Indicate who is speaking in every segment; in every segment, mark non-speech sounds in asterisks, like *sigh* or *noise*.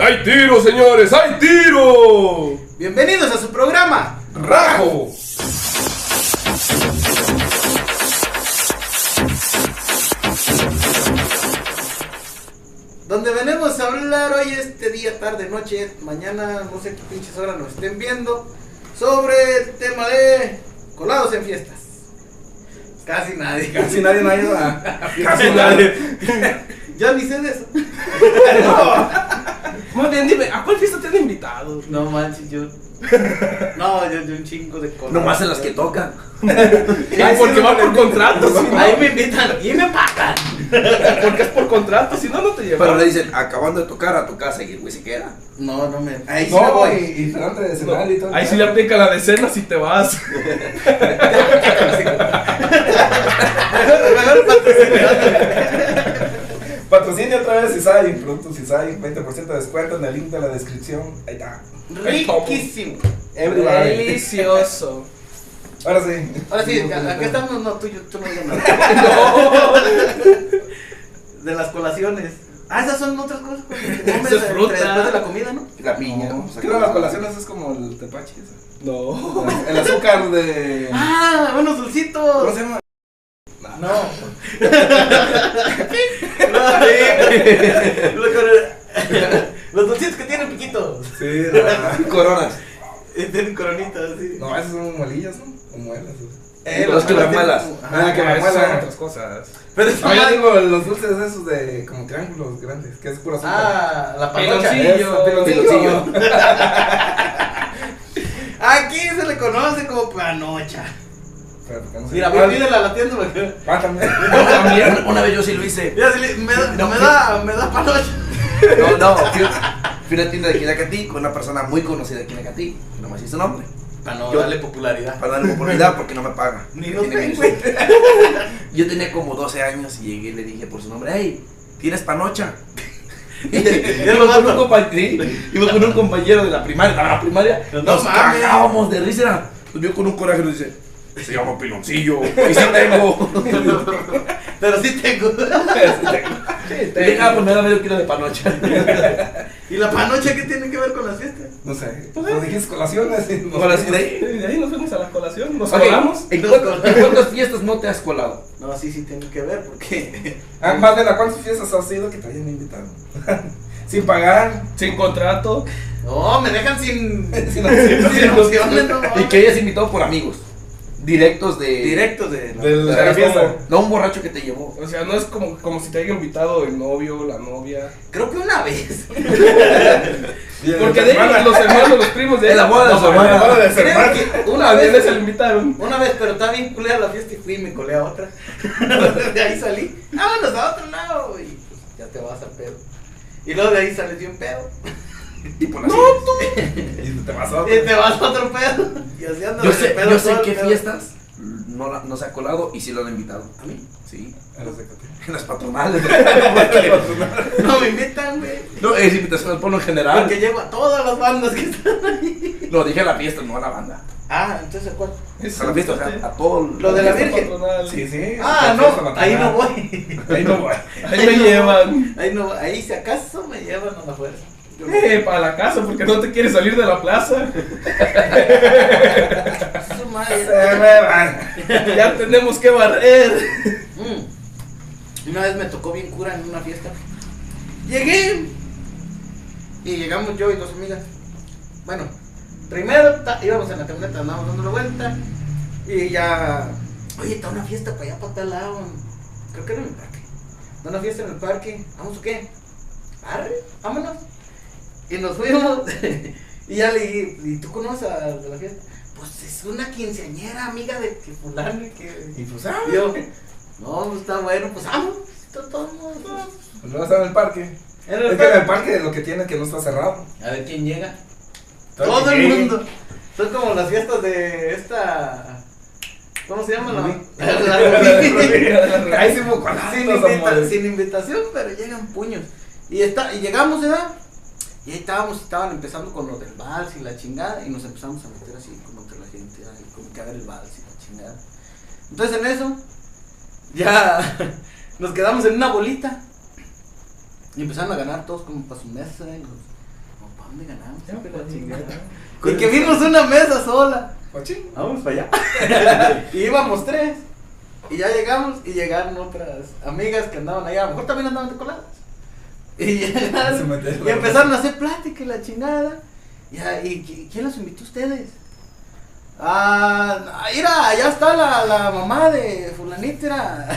Speaker 1: ¡Hay tiro, señores! ¡Hay tiro!
Speaker 2: Bienvenidos a su programa.
Speaker 1: ¡Rajo!
Speaker 2: Donde venimos a hablar hoy, este día, tarde, noche, mañana, no sé qué pinches horas nos estén viendo, sobre el tema de colados en fiestas. Casi nadie.
Speaker 3: Casi nadie no ha ido a.
Speaker 2: *laughs*
Speaker 1: Casi nadie.
Speaker 2: Yo ni sé de eso.
Speaker 3: Más bien, dime, ¿a cuál fiesta te han invitado?
Speaker 2: No manches, *laughs* yo. No, yo, yo un chingo de cosas.
Speaker 4: Nomás en las que tocan.
Speaker 3: Ay, porque va por contrato, si no,
Speaker 2: Ahí me invitan y me pagan.
Speaker 3: porque es por contrato, si no, no te llevas.
Speaker 4: Pero le dicen, acabando de tocar, a tu casa y el güey se queda.
Speaker 2: No, no me. Ahí sí me
Speaker 3: No,
Speaker 2: voy.
Speaker 3: y-
Speaker 2: y
Speaker 3: No, Ahí sí le aplica la decena si te vas.
Speaker 5: Patrocinio otra vez Sisai, productos Sisai, 20% de descuento en el link de la descripción. Ahí está.
Speaker 2: Riquísimo.
Speaker 5: Everybody.
Speaker 3: Delicioso.
Speaker 5: Ahora sí.
Speaker 2: Ahora sí,
Speaker 5: No,
Speaker 2: acá
Speaker 5: no, no.
Speaker 2: estamos, no, tú, yo- tú no digas nada. De las colaciones. Ah, esas son otras cosas. pues, que comes
Speaker 3: Eso es
Speaker 2: entre-
Speaker 3: fruta.
Speaker 2: Después de la comida, ¿no?
Speaker 4: La piña.
Speaker 5: No,
Speaker 4: pues,
Speaker 5: creo que las colaciones es como el tepache. ese.
Speaker 3: No.
Speaker 5: El azúcar de.
Speaker 2: Ah, unos
Speaker 5: ¿Cómo
Speaker 2: dulcitos.
Speaker 5: se llama?
Speaker 2: No. *laughs* Lo que- Los dulcitos que tienen piquitos.
Speaker 5: Sí,
Speaker 4: *laughs*
Speaker 5: la-
Speaker 4: Coronas.
Speaker 2: Y tienen coronitas, sí.
Speaker 5: No, esas son molillas, ¿no? O muelas. o-
Speaker 2: Eh,
Speaker 4: Los que las malas.
Speaker 2: tienen-
Speaker 5: Ah, que
Speaker 3: Ah,
Speaker 5: me
Speaker 3: esas son
Speaker 5: muelan.
Speaker 3: otras cosas.
Speaker 2: Pero es
Speaker 5: No, yo
Speaker 2: mal-
Speaker 5: digo los dulces esos de como triángulos grandes, que es puro azúcar. ah,
Speaker 2: Ah, la panocha.
Speaker 5: Peloncillo.
Speaker 3: Peloncillo.
Speaker 5: Peloncillo.
Speaker 2: Aquí se le conoce como panocha.
Speaker 5: Pero, ¿por qué no se
Speaker 2: Mira,
Speaker 5: llama?
Speaker 2: voy pídela a la tienda porque.
Speaker 5: Ah, también.
Speaker 4: También, una vez yo sí lo hice.
Speaker 2: Mira, si le- me, da-
Speaker 4: No,
Speaker 2: me
Speaker 4: sí.
Speaker 2: da, me da panocha.
Speaker 4: No, no, fui, fui a una tienda de aquí en Acatí con una persona muy conocida aquí en Acatí. No me hice su nombre.
Speaker 2: Para no
Speaker 4: Yo-
Speaker 2: darle popularidad.
Speaker 4: Para darle oportunidad porque no me paga.
Speaker 2: Ni
Speaker 4: Porque
Speaker 2: nos
Speaker 4: tiene
Speaker 2: ven,
Speaker 4: mi
Speaker 2: güey.
Speaker 4: sueldo. Yo tenía como 12 años y llegué y le dije por su nombre, hey, ¿tienes panocha? *laughs* Y
Speaker 2: *laughs* Ya lo
Speaker 4: iba, con un
Speaker 2: mato.
Speaker 4: compa- *laughs* sí, iba con un compañero de la primaria, estaba en la primaria,
Speaker 2: No
Speaker 4: nos
Speaker 2: mames.
Speaker 4: cagábamos de risa, era- nos vio con un coraje y nos dice, se llama piloncillo, y sí tengo. *laughs*
Speaker 2: pues, *laughs* Pero sí tengo. *laughs*
Speaker 4: Y dejaba pues me da medio kilo de panocha. *laughs*
Speaker 2: ¿Y la panocha qué tiene que ver con las fiestas?
Speaker 5: No sé. Pues dijiste colaciones. y no-
Speaker 4: Con las- de ahí-
Speaker 3: De ahí nos fuimos a la colación, nos
Speaker 4: Ok,
Speaker 3: colamos.
Speaker 4: ¿En cuántas en cuántas fiestas no te has colado?
Speaker 2: No, sí, sí tiene que ver porque.
Speaker 5: Ah, más de la cuántas fiestas has ido que te hayan invitado. *laughs* Sin pagar. *laughs*
Speaker 3: Sin contrato.
Speaker 2: *laughs* No, me dejan sin.
Speaker 5: Sin hacer-
Speaker 2: sin opciones, no.
Speaker 4: Y que hayas invitado por amigos. Directos de.
Speaker 2: Directo de.
Speaker 5: De
Speaker 4: O
Speaker 5: la
Speaker 4: sea,
Speaker 5: fiesta.
Speaker 4: no, no un borracho que te llevó.
Speaker 3: O sea, no es como, como si te haya invitado el novio, la novia.
Speaker 2: Creo que una vez. *laughs*
Speaker 5: Y el
Speaker 3: Porque
Speaker 5: tu
Speaker 3: de
Speaker 5: hermana.
Speaker 3: ellos, los hermanos, los primos de
Speaker 4: En la boda de
Speaker 3: No,
Speaker 4: su
Speaker 3: pero
Speaker 4: hermana.
Speaker 3: en la boda de-
Speaker 5: de su hermana.
Speaker 3: Una vez se le invitaron.
Speaker 2: Una vez, pero estaba bien culera la fiesta y fui y me colé a otra. *laughs* de ahí salí. Vámonos a otro lado. Y pues, ya te vas al pedo. Y luego de ahí sales bien pedo.
Speaker 4: Y por las sillas.
Speaker 5: Y te pasó.
Speaker 2: Y te vas a otro pedo. *laughs* Y así andas
Speaker 4: Yo
Speaker 2: de
Speaker 4: sé,
Speaker 2: pedo
Speaker 4: yo sé
Speaker 2: todo el
Speaker 4: qué
Speaker 2: pedo.
Speaker 4: fiestas no, la- no se ha colado y sí lo han invitado.
Speaker 2: ¿A mí?
Speaker 4: Sí.
Speaker 5: A los de *laughs* Catepec.
Speaker 4: En las patronales. *laughs*
Speaker 2: No me invitan, güey.
Speaker 4: no, es invitación al pueblo en
Speaker 2: Porque
Speaker 4: general.
Speaker 2: llevo a todas las bandas que están ahí.
Speaker 4: No, dije a la fiesta, no a la banda.
Speaker 2: Ah, entonces ¿cuál?
Speaker 4: A la fiesta, o sea, a todo. el-
Speaker 2: Lo de la Virgen.
Speaker 5: Sí, sí.
Speaker 2: Ah,
Speaker 5: la fiesta
Speaker 2: no,
Speaker 5: maternal.
Speaker 2: ahí no voy. *laughs*
Speaker 5: Ahí no voy.
Speaker 3: Ahí me
Speaker 2: no
Speaker 3: llevan.
Speaker 2: voy, Ahí no voy, ahí si acaso me llevan a la fuerza. Yo no-
Speaker 3: Eh, para la casa, porque no te quieres salir de la plaza.
Speaker 2: Su
Speaker 5: *laughs* Se
Speaker 2: madre.
Speaker 5: me van.
Speaker 3: Ya tenemos que barrer.
Speaker 2: Mm. Una vez me tocó bien cura en una fiesta. Llegué. Y llegamos yo y dos amigas. Bueno, primero ta- íbamos en la camioneta, andábamos dando la vuelta. Y ya. Oye, está una fiesta para allá, para tal lado. Creo que era en el parque. Está una fiesta en el parque. ¿Vamos o qué? Arre, vámonos. Y nos fuimos. *laughs* y ya le dije, ¿y tú conoces a la de la fiesta? Pues es una quinceañera, amiga de que fulano y que.
Speaker 5: Y pues, ah,
Speaker 2: Y yo, no, pues está bueno, pues vamos. Está todo mundo.
Speaker 5: pues luego estaba en el parque.
Speaker 2: Era el
Speaker 5: Es que en
Speaker 2: perro.
Speaker 5: el parque lo que tiene es que no está cerrado.
Speaker 2: A ver quién llega.
Speaker 5: Todo
Speaker 2: Todo
Speaker 5: que
Speaker 2: el
Speaker 5: llegue.
Speaker 2: mundo. Son como las fiestas de esta. ¿Cómo se llama la? la- *laughs*
Speaker 5: Ahí sí hubo colapsos,
Speaker 2: sin, invita-
Speaker 5: amores.
Speaker 2: sin invitación, pero llegan puños. Y, está, y llegamos, ¿verdad? Y ahí estábamos, estaban empezando con lo del vals y la chingada, y nos empezamos a meter así, como que la gente, ay, como que a ver el vals y la chingada. Entonces en eso, ya *laughs* nos quedamos en una bolita. Y empezaron a ganar todos como para su mesa. y los- ¿Para dónde ganamos?
Speaker 3: Ya,
Speaker 2: Siempre la
Speaker 3: pues,
Speaker 2: chingada.
Speaker 4: ya.
Speaker 2: Y que vimos una mesa sola.
Speaker 5: Cochín.
Speaker 2: Vamos para allá. y íbamos tres. Y ya llegamos y llegaron otras amigas que andaban allá. A lo mejor también andaban de coladas. Y
Speaker 5: Se
Speaker 2: llegaron.
Speaker 5: metieron.
Speaker 2: Y empezaron a hacer plática y la chingada. Ya, ¿Y qui- quién los invitó a ustedes? Ah, mira, allá está la, la mamá de fulanita.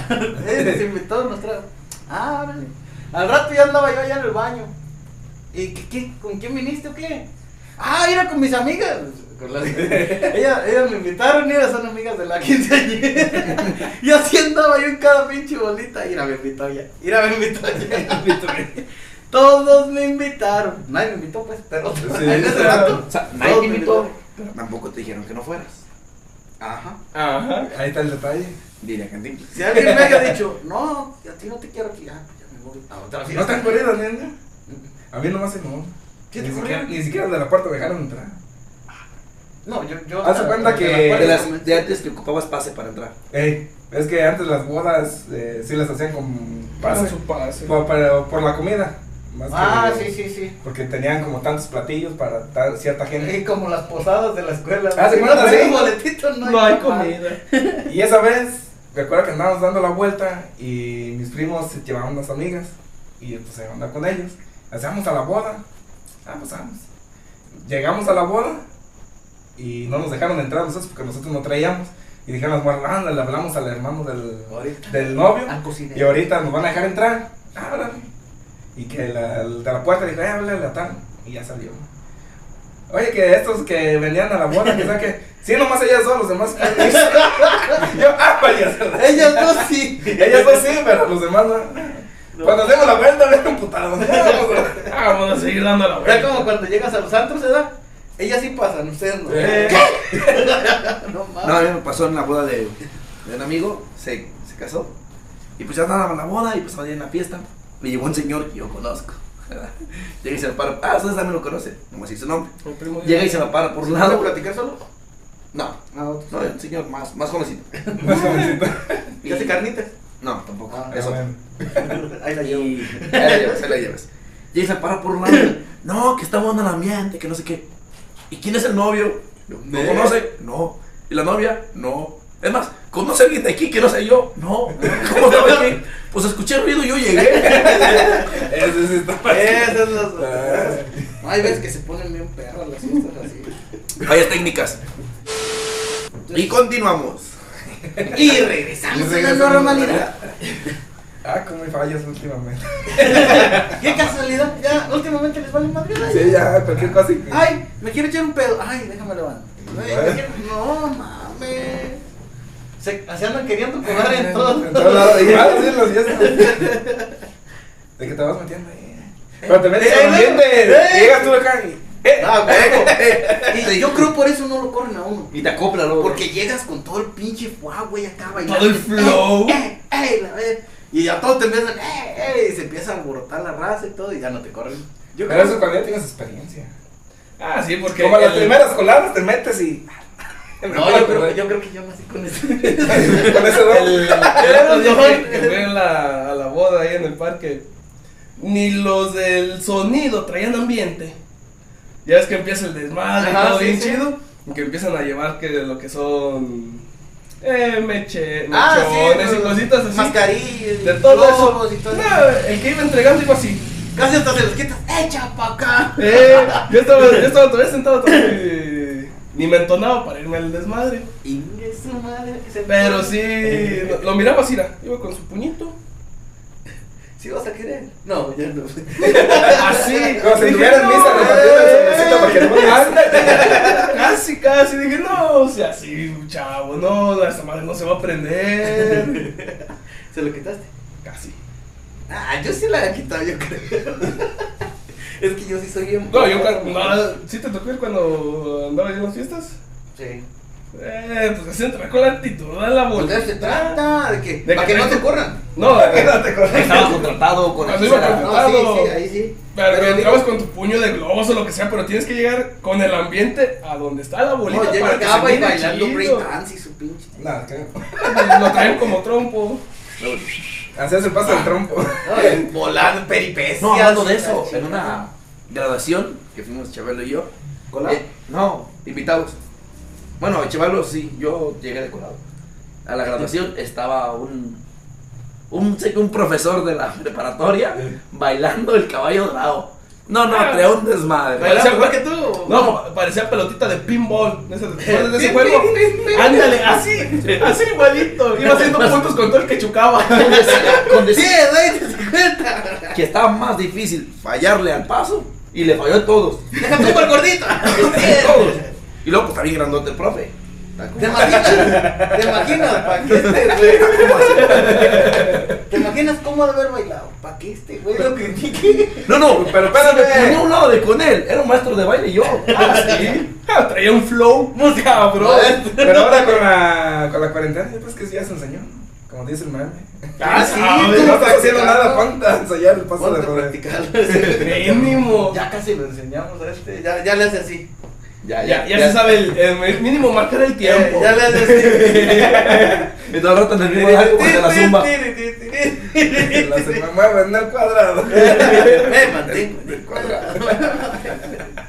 Speaker 2: mira. *laughs* Ella nos invitó, nos trajo. Ah, órale. Al rato ya andaba yo allá en el baño. ¿Y qué, qué- con quién viniste o qué? Ah, era con mis amigas. Con las-
Speaker 5: *laughs*
Speaker 2: ellas, ellas me invitaron y ellas son amigas de la
Speaker 5: *laughs*
Speaker 2: quinceañera. y así andaba yo en cada pinche bolita. Mira, me invitó ya. Mira, me invitó
Speaker 5: *laughs*
Speaker 2: ya. Todos me invitaron. Nadie me invitó, pues, pero *laughs*
Speaker 5: Sí,
Speaker 2: en ese
Speaker 5: claro.
Speaker 2: rato.
Speaker 4: O sea, nadie
Speaker 2: todos me
Speaker 4: te invitó,
Speaker 2: invitaron.
Speaker 4: pero tampoco te dijeron que no fueras.
Speaker 2: Ajá.
Speaker 3: Ajá.
Speaker 5: Ahí está el detalle.
Speaker 4: Diría Cantinflas.
Speaker 2: Si alguien me había dicho, no, a ti no te quiero aquí, ah, ya me voy a otra
Speaker 5: ¿No te
Speaker 2: fiesta.
Speaker 5: han corrido, nena? A mí nomás se no.
Speaker 2: ¿Qué
Speaker 5: ni,
Speaker 2: te
Speaker 5: siquiera,
Speaker 2: corrieron?
Speaker 5: ni siquiera de la puerta me dejaron entrar.
Speaker 2: No, yo, yo.
Speaker 5: Haz de cuenta que
Speaker 2: la
Speaker 4: De,
Speaker 2: puerta
Speaker 4: las,
Speaker 2: comencé.
Speaker 4: de antes que ocupabas pase para entrar.
Speaker 5: Ey, es que antes las bodas eh, sí las hacían con
Speaker 3: Pasa
Speaker 5: pase.
Speaker 3: su pase.
Speaker 5: Por, para- por la comida. Más
Speaker 2: Ah,
Speaker 5: que-
Speaker 2: sí, sí, sí.
Speaker 5: Porque tenían como tantos platillos para ta- cierta gente.
Speaker 2: Es como las posadas de la escuela.
Speaker 5: Ah, ¿se
Speaker 2: Si no
Speaker 5: acuerdan?
Speaker 2: traes
Speaker 5: Sí.
Speaker 2: boletito, no,
Speaker 3: No hay comida.
Speaker 5: Y esa vez, recuerdo que andábamos dando la vuelta y mis primos se llevaban unas amigas y pues se andaba con ellos. Hacíamos a la boda. Ah, pues vamos. Llegamos a la boda y no nos dejaron entrar nosotros porque nosotros no traíamos. Y dijeron las morras, "Ándale, le hablamos al hermano del,
Speaker 2: Ahorita.
Speaker 5: del novio
Speaker 2: Al
Speaker 5: y
Speaker 2: cocinero.
Speaker 5: ahorita nos van a dejar entrar. Ábrale. Y que la, el de la puerta dijo, ya háblale a tal. Y ya salió. Oye, que estos que venían a la boda, que saque. Sí, nomás ellas dos, los demás. *laughs* Yo, ah, vaya.
Speaker 2: Ellas dos sí.
Speaker 5: Ellas dos sí, pero los demás no. Cuando hacemos la vuelta, ven un putado.
Speaker 3: Ah, vamos a seguir dando la
Speaker 2: Ya
Speaker 3: vuelta.
Speaker 2: como cuando llegas a los santos, ¿verdad? Ellas sí pasan, ustedes
Speaker 5: *laughs*
Speaker 2: no.
Speaker 5: Eh.
Speaker 2: No
Speaker 4: No, a
Speaker 2: mames.
Speaker 4: mí me pasó en la boda de, de un amigo, se, se casó. Y pues ya andaba en la boda y pues estaba ahí en la fiesta. Me llegó un señor que yo conozco. *laughs* Llega y se me para. Ah, ustedes también lo conocen. No me sé su nombre.
Speaker 3: El primo de-
Speaker 4: Llega y se me para por un
Speaker 2: ¿Vas a
Speaker 4: lado.
Speaker 2: platicar solo?
Speaker 4: No,
Speaker 2: Ah, otro.
Speaker 4: no, un señor más, más jovencito.
Speaker 5: Más jovencito.
Speaker 4: Y-
Speaker 2: ¿Ya hace carnitas?
Speaker 4: No, tampoco.
Speaker 2: Ah,
Speaker 4: eso.
Speaker 5: Bueno.
Speaker 2: Ahí la llevo.
Speaker 4: Y ahí la llevas, ahí la llevas. Y ahí se para por un lado. No, que está bueno el ambiente, que no sé qué. ¿Y quién es el novio? No,
Speaker 2: Eh.
Speaker 4: ¿No conoce? No. ¿Y la novia? No. Es más, ¿conoce a alguien de aquí que no sé yo? No. *laughs* ¿Cómo sabe quién? Pues escuché ruido y yo llegué. *laughs*
Speaker 5: Ese sí está
Speaker 2: *laughs* Esas son las.
Speaker 5: Ah.
Speaker 2: Hay veces que se ponen bien perras las fiestas así.
Speaker 4: Varias técnicas. Y continuamos.
Speaker 2: Y regresamos a la
Speaker 5: Regresamos.
Speaker 2: normalidad.
Speaker 5: Ah, cómo hay fallas últimamente.
Speaker 2: Qué casualidad. Ya, últimamente les vale madre. ¿verdad?
Speaker 5: Sí, ya, cualquier cosa. y-
Speaker 2: Ay, me quiero echar un pedo. Ay, déjame levantar. Ay, me
Speaker 5: Bueno.
Speaker 2: quiero- No mames. Se, se andan queriendo colar en todo.
Speaker 5: En todos lados, igual, sí, los días. De que te vas metiendo ahí. Pero te metes
Speaker 2: Eh,
Speaker 5: al
Speaker 2: eh,
Speaker 5: ambiente.
Speaker 2: eh.
Speaker 5: Llegas tú acá y.
Speaker 2: Ah, huevo. eh, Y yo creo por eso no lo corren a uno.
Speaker 4: Y te acopla, ¿no?
Speaker 2: Porque llegas con todo el pinche fuá, güey, acá bailando.
Speaker 3: Todo el flow.
Speaker 2: Eh, eh, la ve- y ya todos te empiezan, eh, eh, y se empieza a alborotar la raza y todo, y ya no te corren. Yo
Speaker 5: Pero
Speaker 2: creo
Speaker 5: eso cuando ya tienes experiencia.
Speaker 3: Ah, sí, porque.
Speaker 5: Como las
Speaker 3: el-
Speaker 5: primeras coladas te metes y. *laughs*
Speaker 2: No, yo creo, yo creo que yo nací con eso.
Speaker 5: Con ese don.
Speaker 3: El, el otro día
Speaker 2: Perdón.
Speaker 3: que, que fui a la, a la boda ahí en el parque, ni los del sonido traían ambiente. Ya es que empieza el desmadre, y
Speaker 2: Ajá,
Speaker 3: todo
Speaker 2: sí,
Speaker 3: bien
Speaker 2: sí.
Speaker 3: chido, y que empiezan a llevar que lo que son eh, meche,
Speaker 2: Ah,
Speaker 3: mechones
Speaker 2: sí,
Speaker 3: y cositas así.
Speaker 2: Mascarillas,
Speaker 3: de todo
Speaker 2: globos
Speaker 3: eso.
Speaker 2: y todo
Speaker 3: No,
Speaker 2: eso.
Speaker 3: el que iba entregando iba así.
Speaker 2: Casi hasta se los quitas, echa pa' acá.
Speaker 3: Eh, yo, estaba, yo estaba todavía sentado, todavía, eh, ni me entonaba para irme al desmadre.
Speaker 2: Ingue su madre, que se
Speaker 3: Pero sí, lo, lo miraba así, era, iba con su puñito.
Speaker 2: Si vas a querer. No, ya no.
Speaker 3: *laughs*
Speaker 2: *laughs*
Speaker 3: Así.
Speaker 5: Como si
Speaker 3: Dije,
Speaker 5: tuviera en
Speaker 3: "No, eh".
Speaker 5: misa repartiendo el sombrercito para que no me
Speaker 3: Casi, casi, dije, no, o sea, sí, chavo, no, esta madre no se va a prender.
Speaker 2: ¿Se lo quitaste?
Speaker 3: Casi.
Speaker 2: Ah, yo sí la había quitado, yo creo. *laughs* es que yo sí soy bien.
Speaker 3: No, yo cuando- no, ¿sí te tocó ir cuando andaba yo en las fiestas?
Speaker 2: Sí.
Speaker 3: Eh, pues así entra con la actitud, da la
Speaker 2: Porque
Speaker 3: vuelta.
Speaker 2: se Pues, trata de que.
Speaker 3: De
Speaker 2: para
Speaker 3: que
Speaker 2: que no
Speaker 3: traigo-
Speaker 2: te corran.
Speaker 3: *laughs* No, eh,
Speaker 5: No te corres.
Speaker 4: Estaba contratado con
Speaker 3: Ah,
Speaker 4: el
Speaker 3: sí, porque-
Speaker 4: Sara.
Speaker 2: No,
Speaker 3: Claro.
Speaker 2: sí, sí, ahí sí.
Speaker 3: pero que
Speaker 2: digo,
Speaker 3: entrabas con tu puño de globos o lo que sea, pero tienes que llegar con el ambiente a donde está la bolita
Speaker 2: No, llega
Speaker 3: para que
Speaker 2: acá
Speaker 3: se
Speaker 2: y
Speaker 3: mire
Speaker 2: bailando
Speaker 3: chido.
Speaker 2: breakdance y su pinche.
Speaker 5: Nada, creo.
Speaker 3: Lo traen como trompo.
Speaker 5: Hacías el paso del trompo.
Speaker 3: eh.
Speaker 2: No, volando peripecias.
Speaker 4: No, hablando de
Speaker 2: la
Speaker 4: eso, en
Speaker 2: chingada.
Speaker 4: una graduación, que fuimos Chabelo y yo.
Speaker 2: ¿Colado?
Speaker 4: Eh, no, invitados. Bueno, Chabelo sí, yo llegué de colado. A la graduación estaba un, un, sé que un profesor de la preparatoria bailando el caballo dorado. No, no, traía un desmadre.
Speaker 3: Parecía-
Speaker 2: igual que tú.
Speaker 3: No, parecía pelotita de pinball. de ese- ¿Recuerdas
Speaker 2: *laughs*
Speaker 3: de ese
Speaker 2: Pin,
Speaker 3: juego?
Speaker 2: pin, pin, pin.
Speaker 3: Ándale, así, así igualito. Iba haciendo puntos con todo el que
Speaker 2: *laughs*
Speaker 3: chucaba.
Speaker 4: Con decir- *laughs* con
Speaker 2: Sí,
Speaker 4: decir-
Speaker 2: güey, te cuenta.
Speaker 4: que estaba más difícil fallarle al paso y le falló a todos.
Speaker 2: Deja tú por gordito.
Speaker 4: todos. Y luego pues, está bien grandote el profe. Está como-
Speaker 2: ¿Te imaginas? ¿Te imaginas? ¿Para qué este güey? ¿Te imaginas cómo ha de haber bailado? ¿Para qué este güey lo critique?
Speaker 4: No, no,
Speaker 5: Pero
Speaker 4: me ponía a
Speaker 5: espérame.
Speaker 4: un lado de con él, era un maestro de baile y yo.
Speaker 3: Ah, Traía un flow. No cabrón.
Speaker 2: Ah,
Speaker 5: Pero ahora con la, con la cuarentena, ya pues que ya se enseñó. Como dice el meme.
Speaker 3: Ah, sí,
Speaker 5: No
Speaker 3: tú
Speaker 5: estás haciendo
Speaker 2: practicando.
Speaker 5: nada, ponte a ensayar el paso de
Speaker 2: Ponte a
Speaker 5: rodeo.
Speaker 2: practicarlo.
Speaker 3: Mínimo.
Speaker 2: Ya casi lo enseñamos a este. Ya, ya le hace así.
Speaker 3: Ya, ya se sabe el, el mínimo marcar el
Speaker 2: Eh,
Speaker 3: tiempo.
Speaker 2: ya le *laughs* hace
Speaker 4: Y todo el rato en el mismo lado como el de la
Speaker 2: *laughs*
Speaker 4: zumba.
Speaker 2: así.
Speaker 5: La se me mueve en el cuadrado.
Speaker 2: Me Eh, mantengo. en el cuadrado.
Speaker 4: *laughs*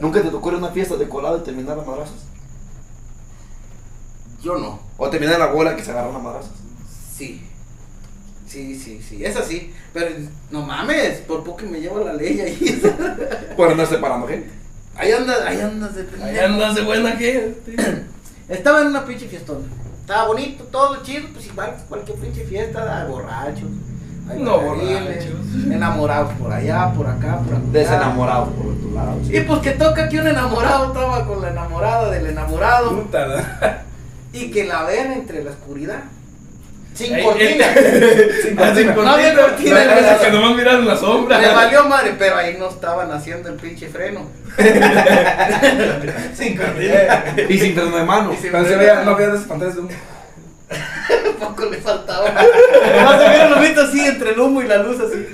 Speaker 4: ¿Nunca te tocó ir a una fiesta de colado y terminar a madrazos?
Speaker 2: Yo no.
Speaker 4: O terminar la bola que se agarraron a madrazos.
Speaker 2: Sí. Sí, sí, sí. Es así. Pero no mames. Por poco y me llevo la ley ahí. *laughs*
Speaker 4: Por andar separando gente.
Speaker 2: Ahí andas, ahí andas de
Speaker 3: Ahí
Speaker 2: pendejo.
Speaker 3: andas de buena gente.
Speaker 2: Estaba en una pinche fiestona. Estaba bonito, todo chido, pues igual cualquier pinche fiesta, hay borrachos. hay
Speaker 3: No
Speaker 2: bailarines,
Speaker 3: borrachos.
Speaker 2: Enamorados por allá, por acá, por acá.
Speaker 4: Desenamorado por otro lado.
Speaker 2: Ah. Y pues que toca que un enamorado estaba con la enamorada del enamorado
Speaker 5: Puta, ¿no?
Speaker 2: y que la vean entre la oscuridad. Sin
Speaker 3: Ey,
Speaker 2: cortina.
Speaker 5: Sin
Speaker 3: Así
Speaker 5: cortina.
Speaker 3: con
Speaker 2: No había cortina,
Speaker 3: No,
Speaker 2: güey.
Speaker 3: esas que nomás miran la sombra.
Speaker 2: Le valió madre, pero ahí no estaban haciendo el pinche freno. Sin cortina.
Speaker 4: Y sin freno de mano.
Speaker 2: Y sin
Speaker 5: Pero si
Speaker 2: freno.
Speaker 5: veía, Eh, no veía de esas pantallas de humo.
Speaker 2: Tampoco le *laughs* faltaba. Más o menos lo visto así entre el humo y la luz así.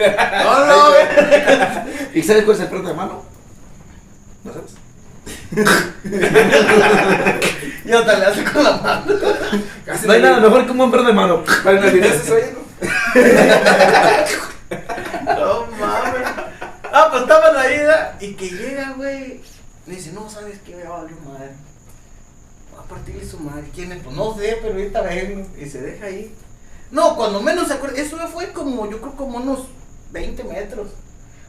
Speaker 2: No, no, güey.
Speaker 4: ¿Y sabes cuál es el freno de mano? ¿No sabes?
Speaker 2: Y hasta le hace con la mano.
Speaker 5: Casi
Speaker 4: No hay
Speaker 5: me-
Speaker 4: nada mejor que un buen freno de mano.
Speaker 5: Pero en el video se oye, ¿no?
Speaker 2: No mames. Ah, pues estaban ahí, ¿verdad? Y que llega, güey. Le dice, no, ¿sabes qué? Me va a valer madre. Va a partirle su madre. ¿Quién es? Pues no sé, pero ahorita vengo. Y se deja ahí. No, cuando menos se acuerda. Eso ya fue como, yo creo, como unos 20 metros.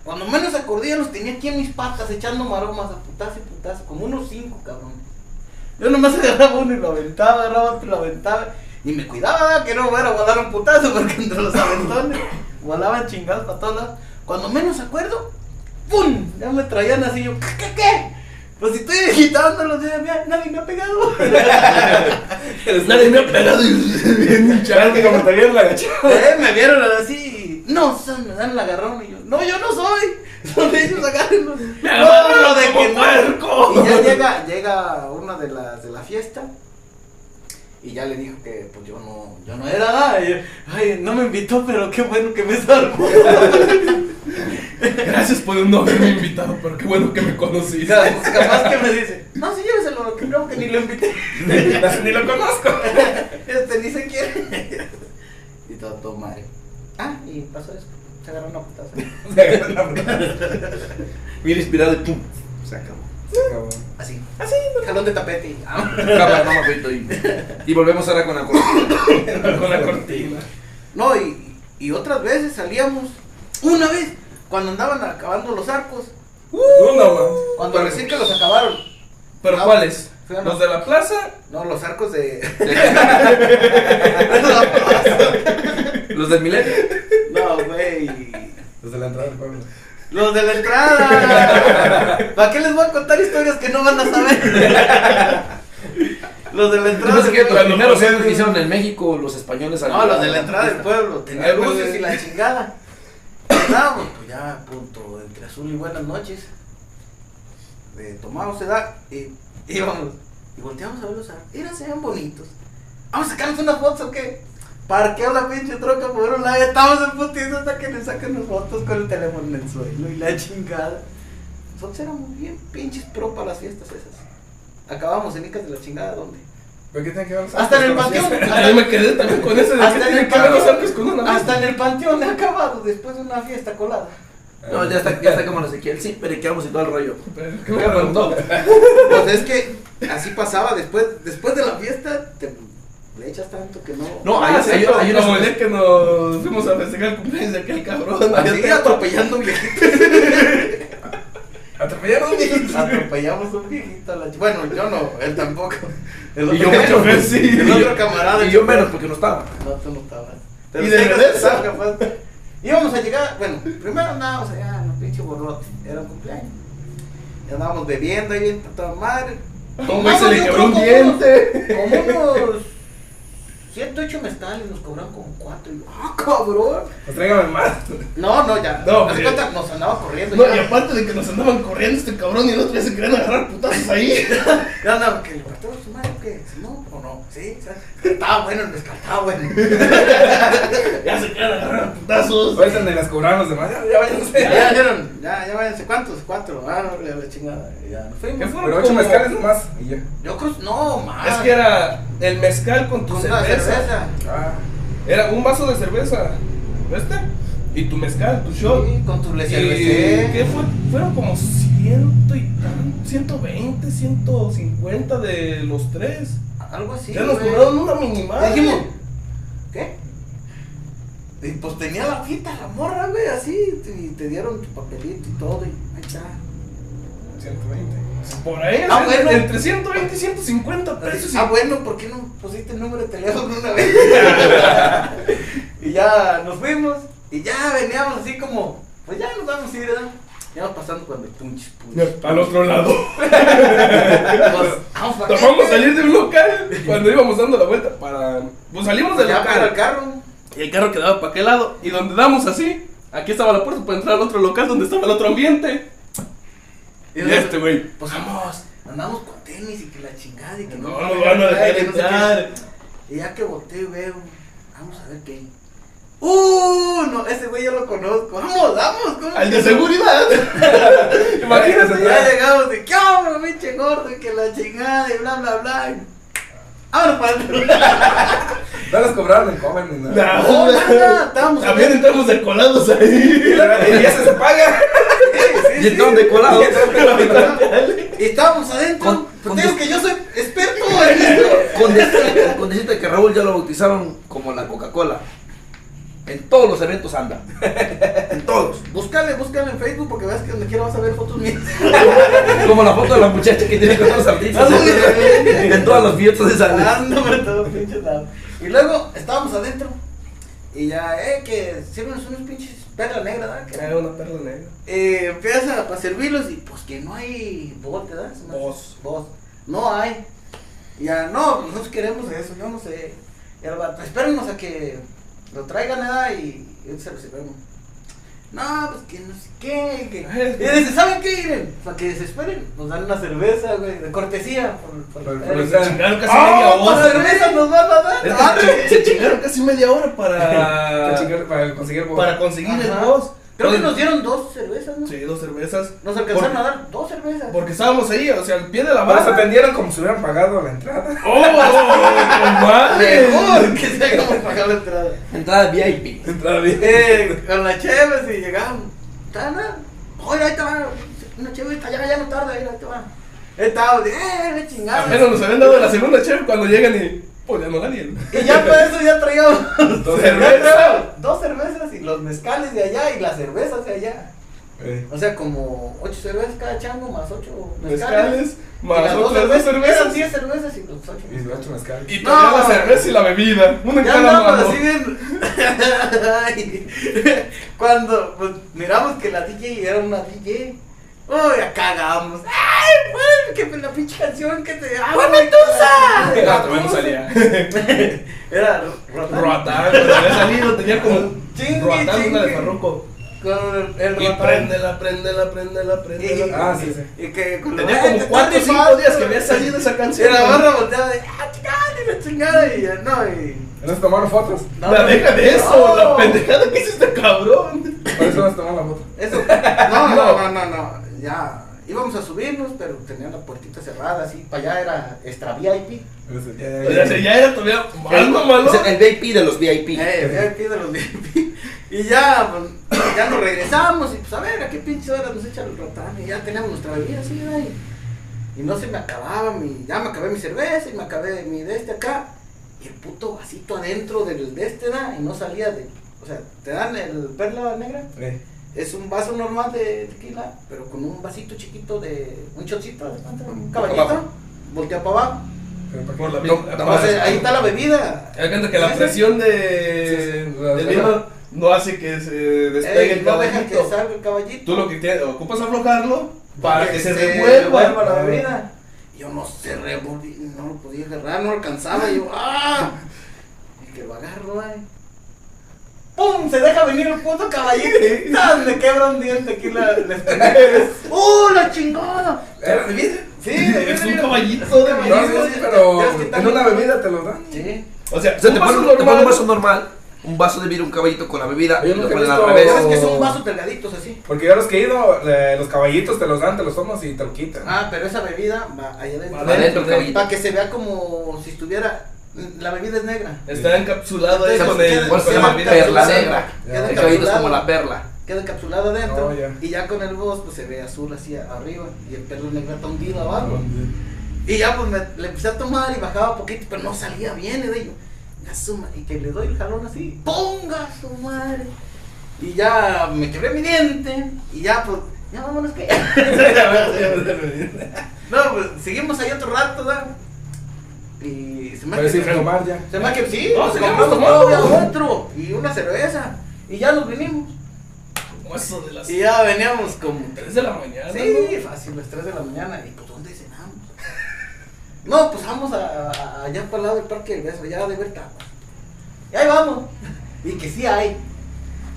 Speaker 2: Cuando menos se acordé, ya los tenía aquí en mis patas, echando maromas a putazo y putazo. Como unos 5, cabrón. Yo nomás *laughs* agarraba uno y lo aventaba, agarraba otro y lo aventaba. Y me cuidaba ¿verdad? que no me fuera a volar un putazo porque entre los aventones volaban chingados para todos lados. Cuando menos acuerdo, ¡pum! Ya me traían así yo, ¿qué? ¿Qué? qué? Pues si estoy agitando los dedos, mira, nadie me ha pegado. *laughs* Eh,
Speaker 3: Nadie me ha pegado. *laughs* Bien hinchado.
Speaker 5: Chaval, que como te vieron la gachada.
Speaker 2: Eh, me vieron así, no, son, me dan el agarrón y yo, no, yo no soy. *laughs* Son ellos agárrenlos.
Speaker 3: Me
Speaker 2: *laughs* No,
Speaker 3: agarraron
Speaker 2: lo de que
Speaker 3: como puerco.
Speaker 2: no. Y ya llega, llega una de las de la fiesta. Y ya le dijo que pues yo no, yo no era nada. Y yo, Ay, no me invitó, pero qué bueno que me salvó.
Speaker 3: Gracias por no haberme invitado, pero qué bueno que me
Speaker 2: Y
Speaker 3: conociste.
Speaker 2: nada, capaz que me dice, no, sí, lléveselo, que creo que ni lo invité.
Speaker 5: Ni lo *laughs* conozco.
Speaker 2: Este ni se quiere. *laughs* Y todo, todo madre. Ah, y pasó eso. Se agarró una putaza.
Speaker 5: Se agarró la puta.
Speaker 4: Mira inspirado y pum. Se acabó.
Speaker 5: Cabrón.
Speaker 2: Así. Así. Jalón de tapete. y- Ah.
Speaker 4: Cámara, no, papito, y, y volvemos ahora con la cortina.
Speaker 3: Con la cortina.
Speaker 2: No, y, y otras veces salíamos. Una vez, cuando andaban acabando los arcos.
Speaker 5: Uno más.
Speaker 2: Cuando recién que los acabaron.
Speaker 3: ¿Pero
Speaker 2: No,
Speaker 3: cuáles?
Speaker 2: fue a la-
Speaker 3: ¿Los de la plaza?
Speaker 2: No, los arcos de. *laughs*
Speaker 4: *laughs* Los del milenio.
Speaker 2: no, güey.
Speaker 5: Desde la entrada del pueblo.
Speaker 2: Los de la entrada. ¿Para qué les voy a contar historias que no van a saber? los de la
Speaker 4: Yo
Speaker 2: entrada.
Speaker 4: pensé que
Speaker 2: del
Speaker 4: los
Speaker 2: pueblo.
Speaker 4: primeros años que hicieron en México, los españoles
Speaker 2: No, los de la entrada del pueblo. Tenía
Speaker 3: Ay, güey.
Speaker 2: luces y la chingada. Estábamos, pues ya, punto, entre azul y buenas noches. De tomamos edad y íbamos. Y volteamos a verlos. a- Mira, se ven bonitos. Vamos a sacarnos unas fotos o qué. Parqueo la pinche troca por un lado. y Estamos en putiza hasta que nos saquen las fotos con el teléfono en el suelo y la chingada. Nosotros éramos bien pinches pro para las fiestas esas. Acabamos en Icas de la chingada, ¿dónde?
Speaker 5: ¿Pero qué tiene que ver Pues, los
Speaker 2: Hasta en el
Speaker 5: arcos?
Speaker 2: panteón.
Speaker 3: Ahí Ah, me quedé también con ese de
Speaker 2: Hasta
Speaker 3: que
Speaker 2: en
Speaker 3: tiene
Speaker 2: el
Speaker 3: que ver los
Speaker 2: panteón.
Speaker 3: arcos con una
Speaker 2: Hasta
Speaker 3: mesa.
Speaker 2: en el panteón he acabado después de una fiesta colada.
Speaker 4: No, ya está, ya está como no sé quién, sí, pero quedamos y todo el rollo.
Speaker 3: Pero, ¿Qué me preguntó?
Speaker 2: Pues es que así pasaba, después, después de la
Speaker 4: *laughs*
Speaker 2: fiesta te le echas tanto que no.
Speaker 4: No, hay,
Speaker 3: Ah,
Speaker 4: hay,
Speaker 3: sí,
Speaker 4: hay
Speaker 3: como el
Speaker 4: unas-
Speaker 3: día que nos fuimos a festejar el cumpleaños de aquel cabrón.
Speaker 2: Así atropellando viejitos.
Speaker 5: Atropellaron a un
Speaker 2: *laughs*
Speaker 5: viejito.
Speaker 2: Atropellamos un viejito a la ch- Bueno, yo no, él tampoco. El
Speaker 4: Y yo
Speaker 2: otro-
Speaker 4: menos,
Speaker 3: él sí.
Speaker 2: *laughs* El otro camarada.
Speaker 4: Y yo menos porque no estaba.
Speaker 2: No, tú no estabas.
Speaker 3: Y
Speaker 2: y
Speaker 3: de
Speaker 2: de
Speaker 3: regreso.
Speaker 2: capaz. Íbamos a llegar, bueno, primero andábamos allá en los pinche borrote, era un cumpleaños. Y andábamos bebiendo ahí bien toda madre.
Speaker 3: Toma y se
Speaker 2: Tomamos,
Speaker 3: le
Speaker 2: yo
Speaker 3: quebró un
Speaker 2: creo,
Speaker 3: diente.
Speaker 2: Como unos 108 mestales nos cobraron como 4. Y yo, ah, cabrón.
Speaker 5: Pues tráigame más.
Speaker 2: No, no, ya.
Speaker 3: No,
Speaker 2: No,
Speaker 3: pues,
Speaker 2: cuenta, nos andaba corriendo.
Speaker 3: No, y
Speaker 2: ya.
Speaker 3: aparte de que nos andaban corriendo este cabrón y el otro día se querían agarrar putazos
Speaker 2: *laughs*
Speaker 3: ahí.
Speaker 2: Ya andaba que le partamos su madre, que si no, o no. Sí, o sea, estaba bueno, el mezcal
Speaker 3: *laughs*
Speaker 2: estaba bueno.
Speaker 3: Ya se querían agarrar putazos.
Speaker 5: Ahorita donde las cobraron los demás. Ya, ya váyanse.
Speaker 2: Ya, ya, dieron, ya, ya váyanse, ¿cuántos? Cuatro. Ah, no, la la chingada. Ya nos
Speaker 3: ¿Qué
Speaker 2: fuimos.
Speaker 3: fue?
Speaker 5: Pero ocho
Speaker 3: Como-
Speaker 5: mezcales nomás. Y ya.
Speaker 2: Yo creo, no, más.
Speaker 3: Es que era el mezcal con tu
Speaker 2: con una
Speaker 3: cerveza.
Speaker 2: cerveza.
Speaker 5: Ah.
Speaker 3: Era un vaso de cerveza. ¿Viste? Y tu mezcal, tu shot.
Speaker 2: Sí, con tu le
Speaker 3: Y-
Speaker 2: cervecé.
Speaker 3: ¿Qué fue? Fueron como ciento y tan, 120, 150 de los tres.
Speaker 2: Algo así.
Speaker 3: ya nos
Speaker 2: güey.
Speaker 3: cobraron una minimal.
Speaker 2: Dijimos, ¿qué? Y pues tenía la fita, la morra, güey, así. Y te dieron tu papelito y todo. Y ahí está.
Speaker 5: 120.
Speaker 3: Por ahí,
Speaker 2: Ah,
Speaker 3: entre,
Speaker 2: bueno.
Speaker 3: entre 120 y 150 pesos. y-
Speaker 2: Ah, bueno, ¿por qué no pusiste el número de teléfono una
Speaker 3: *laughs*
Speaker 2: vez? y ya nos fuimos. Y ya veníamos así como, pues ya nos vamos a ir, ¿verdad? Ya vamos pasando cuando punch, punch.
Speaker 3: Al otro lado.
Speaker 2: *laughs* Pues, vamos para
Speaker 3: Vamos
Speaker 2: acá,
Speaker 3: a
Speaker 2: güey.
Speaker 3: salir de un local cuando íbamos dando la vuelta para. Pues salimos del
Speaker 2: Ya para el
Speaker 3: local.
Speaker 2: carro.
Speaker 3: Y el carro quedaba para aquel lado. Y donde damos así, aquí estaba la puerta para entrar al otro local donde estaba el otro ambiente.
Speaker 2: Y
Speaker 3: Y
Speaker 2: nosotros,
Speaker 3: este güey.
Speaker 2: Pues vamos, andamos con tenis y que la chingada y que
Speaker 3: No, no van a dejar
Speaker 2: que no sé qué.
Speaker 3: entrar.
Speaker 2: Y ya que boté y veo, vamos a ver qué hay. ¡Uh! No, ese güey yo lo conozco. Vamos, vamos, ¿cómo?
Speaker 3: Al
Speaker 2: que
Speaker 3: de
Speaker 2: no?
Speaker 3: seguridad. Imagínate.
Speaker 2: Ya llegamos de que "Ah, hombre, pinche gordo, y que la chingada y bla bla bla. Y- Ahora para
Speaker 3: *laughs*
Speaker 2: el-
Speaker 5: No las cobraron en cover ni nada.
Speaker 3: Nah,
Speaker 2: No, nada, estábamos
Speaker 3: También entramos de colados
Speaker 2: *laughs*
Speaker 3: ahí.
Speaker 5: Y ya se paga.
Speaker 4: Y entonces de colado.
Speaker 2: Y estábamos adentro.
Speaker 4: Con-
Speaker 2: Pues
Speaker 4: con
Speaker 2: te digo
Speaker 4: des-
Speaker 2: que yo soy experto
Speaker 3: *laughs*
Speaker 2: en esto.
Speaker 4: Con decirte, con decirte que Raúl ya lo bautizaron como la Coca-Cola. En todos los eventos anda. En todos. *laughs*
Speaker 2: Búscale, búscale en Facebook porque veas que donde quiera vas a ver fotos mías.
Speaker 4: Como la foto de la muchacha que tiene con los artistas. *laughs* En todas las fiestas de sale.
Speaker 2: Ándame todo pinche lado. Y luego estábamos adentro. Y ya, eh, que sirvenos unos pinches perla negra, ¿verdad? Que-
Speaker 3: Era una perla negra.
Speaker 2: eh, empieza para servirlos y pues que no hay bote, ¿verdad? Se me hace-
Speaker 3: Voz.
Speaker 2: Voz. No hay. Ya, no, pues, nosotros queremos eso, yo no sé. Y el vato, espérenos a que lo traigan, ¿verdad? Y, y se lo sirvemos. No, pues que no sé qué. que- Y dice, ¿saben qué? Miren, para que se esperen, nos dan una cerveza, güey, de cortesía. Por, por-
Speaker 5: Por- por
Speaker 2: eh,
Speaker 5: el-
Speaker 3: Chingaron casi media
Speaker 2: ¡Ah,
Speaker 3: hora.
Speaker 2: otra cerveza nos van a dar!
Speaker 3: Es
Speaker 2: ¡Madre!
Speaker 3: que Ah, Se chingaron casi media hora
Speaker 2: *laughs*
Speaker 3: *laughs*
Speaker 5: Para
Speaker 3: para,
Speaker 5: chingar- Ah, Para conseguir el
Speaker 3: para conseguir el
Speaker 2: Ajá.
Speaker 3: voz.
Speaker 2: Creo que nos dieron dos cervezas, ¿no?
Speaker 3: Sí, dos cervezas.
Speaker 2: Nos alcanzaron
Speaker 3: Por-
Speaker 2: a dar dos cervezas.
Speaker 3: Porque estábamos ahí, o sea, al pie de la
Speaker 5: Nos
Speaker 3: barra.
Speaker 5: atendieron como si hubieran pagado la entrada.
Speaker 3: ¡Oh! ¡Madre!
Speaker 2: Mejor que sea como pagar la entrada.
Speaker 4: Entrada VIP.
Speaker 5: Entrada bien.
Speaker 2: Eh, con las cheves y llegamos. ¿Tana? Oye, ahí te va. Una cheve está ya, ya no tarda, mira, ahí te va. Estaba de, eh, la
Speaker 3: Al
Speaker 2: chingada.
Speaker 3: menos nos habían dado la segunda chef cuando llegan y. Pues ya no la dieron.
Speaker 2: Y ya para eso ya *laughs* traíamos
Speaker 5: Dos
Speaker 2: ya
Speaker 5: cervezas.
Speaker 2: traíamos dos cervezas y los mezcales de allá y las cervezas de allá.
Speaker 5: Eh,
Speaker 2: O sea, como ocho cervezas cada chango más ocho mezcales.
Speaker 3: Mezcales,
Speaker 2: Y
Speaker 3: más
Speaker 2: las dos
Speaker 3: otras dos
Speaker 2: eran
Speaker 3: cervezas.
Speaker 2: diez cervezas y los ocho
Speaker 5: Y ocho mezcales.
Speaker 3: Y todavía
Speaker 2: No.
Speaker 3: la cerveza y la bebida. Una en
Speaker 2: Ya
Speaker 3: cada
Speaker 2: andamos
Speaker 3: mano.
Speaker 2: así bien. *laughs* Ay, Cuando pues, miramos que la DJ era una DJ. Oh, ya cagamos. ¡Ay, pues! Que la pinche canción que te. ¡Ah,
Speaker 3: Ah,
Speaker 2: Medusa!
Speaker 3: todavía no salía.
Speaker 2: Era Rotan.
Speaker 3: Roatán, cuando había salido tenía como.
Speaker 2: Chingue,
Speaker 3: Roatán, una de
Speaker 2: chingue.
Speaker 3: Farruko.
Speaker 2: Con el, el
Speaker 3: Y
Speaker 2: Rotan.
Speaker 3: préndela, préndela, préndela, préndela.
Speaker 5: Ah, sí, sí.
Speaker 2: Y que con
Speaker 3: Tenía
Speaker 2: la-
Speaker 3: como
Speaker 2: ¡Ay, te
Speaker 3: cuatro o
Speaker 2: estás
Speaker 3: cinco días que
Speaker 2: rifando!
Speaker 3: había salido esa
Speaker 2: Y
Speaker 3: canción.
Speaker 2: la barra volteaba de. ¡Ah, chingada! Y la chingada. Y ya, no, y.
Speaker 5: ¿No se tomaron fotos?
Speaker 2: no,
Speaker 3: La
Speaker 2: no,
Speaker 3: deja de eso,
Speaker 2: no.
Speaker 3: la pendejada que hizo este cabrón.
Speaker 5: Por eso no se tomaron la foto.
Speaker 2: Eso. *laughs* No, no, no, no, no. Ya. Íbamos a subirnos, pero tenían la puertita cerrada, así. Para allá era extra VIP.
Speaker 5: Eso, ya, ya,
Speaker 3: O sea,
Speaker 5: ya.
Speaker 3: ya era todavía algo malo.
Speaker 4: Es El VIP de los VIP.
Speaker 2: Eh, VIP de los VIP. Y ya, pues, ya nos regresamos y pues a ver, a qué pinche hora nos echa el ratán. Y ya teníamos nuestra bebida así, ¿verdad? Y, y no se me acababa mi, ya me acabé mi cerveza y me acabé mi de este acá. Y el puto vasito adentro del de este, ¿verdad? Y no salía de, o sea, te dan el perla negra.
Speaker 5: Eh,
Speaker 2: Es un vaso normal de tequila, pero con un vasito chiquito de, un chocito, de cuánto? un
Speaker 5: Para
Speaker 2: caballito,
Speaker 5: abajo.
Speaker 2: voltea para abajo.
Speaker 5: pero ¿para qué?
Speaker 3: Por la
Speaker 5: No,
Speaker 3: misma-
Speaker 5: nada
Speaker 2: O
Speaker 5: más-
Speaker 2: sea, ahí está la bebida.
Speaker 3: Haz cuenta que la presión de, del hielo no hace que se despegue
Speaker 2: Ey,
Speaker 3: el
Speaker 2: no deja
Speaker 3: caballito.
Speaker 2: que salga el caballito.
Speaker 3: Tú lo que tienes, ocupas aflojarlo para que se
Speaker 2: devuelva la
Speaker 3: revuelva.
Speaker 2: bebida. Yo no sé, revolví, no lo podía agarrar, no lo alcanzaba.
Speaker 3: *laughs*
Speaker 2: y yo, ¡ah! Y que lo agarro, ay. ¡Pum! Se deja venir el puto caballito. ¡Tas! Le quebra un diente aquí la.
Speaker 3: *laughs*
Speaker 2: la- este ¡Uh, la chingada!
Speaker 5: Era de vidrio.
Speaker 2: Sí,
Speaker 3: Es un
Speaker 2: mira.
Speaker 3: caballito de
Speaker 5: No, sí,
Speaker 3: vidrio.
Speaker 5: sí, pero
Speaker 2: Ya es que
Speaker 5: en
Speaker 2: también-
Speaker 5: una bebida te lo dan.
Speaker 2: Sí.
Speaker 3: O sea,
Speaker 4: O sea,
Speaker 3: un
Speaker 4: te
Speaker 3: vaso
Speaker 4: ponen, te ponen un
Speaker 3: normal.
Speaker 4: vaso normal, un vaso de vidrio, un caballito con la bebida,
Speaker 5: Oye,
Speaker 4: y lo
Speaker 5: nunca he
Speaker 4: ponen al
Speaker 5: visto-
Speaker 2: Pero
Speaker 4: revés.
Speaker 2: es que son vasos delgaditos así.
Speaker 5: Porque yo los que he ido, eh, los caballitos te los dan, te los tomas y te lo quitan.
Speaker 2: Ah, pero esa bebida va allá adentro.
Speaker 3: Va
Speaker 4: adentro el caballito.
Speaker 2: Para que se vea como si estuviera. La bebida es negra.
Speaker 3: Está encapsulado ahí
Speaker 2: Entonces,
Speaker 3: con el.
Speaker 4: ¿Cuál se
Speaker 3: con la
Speaker 4: llama?
Speaker 3: bebida.
Speaker 4: Perla negra.
Speaker 2: Queda
Speaker 4: El caballito es
Speaker 2: encapsulado.
Speaker 4: como la perla.
Speaker 2: queda encapsulado adentro
Speaker 5: Oh, ya.
Speaker 2: y ya con el voz pues se ve azul hacia arriba y el perro negro está hundido abajo.
Speaker 5: Pero
Speaker 2: Y ya pues me, le empecé a tomar y bajaba poquito, pero no salía bien y de ello. "Ya su ma-", y que le doy el jalón así, ponga su madre. Y ya me quebré mi diente y ya pues, ya vámonos que. *laughs* no, pues seguimos ahí otro rato, ¿verdad? Y se me hace
Speaker 5: sin
Speaker 2: que-
Speaker 5: tomar ya.
Speaker 2: se me hace que sí,
Speaker 3: No,
Speaker 2: nos
Speaker 3: seguimos
Speaker 2: compramos
Speaker 3: tomando.
Speaker 2: todavía otro y una cerveza y ya nos vinimos.
Speaker 3: Vaso de las
Speaker 2: Y ya veníamos como
Speaker 3: 3 de la mañana.
Speaker 2: Sí, fácil, las 3 de la mañana. ¿Y pues dónde cenamos? *laughs* No, pues vamos a, a- allá para el lado del parque del beso, allá de ver tapas. Y ahí vamos. Y que sí hay.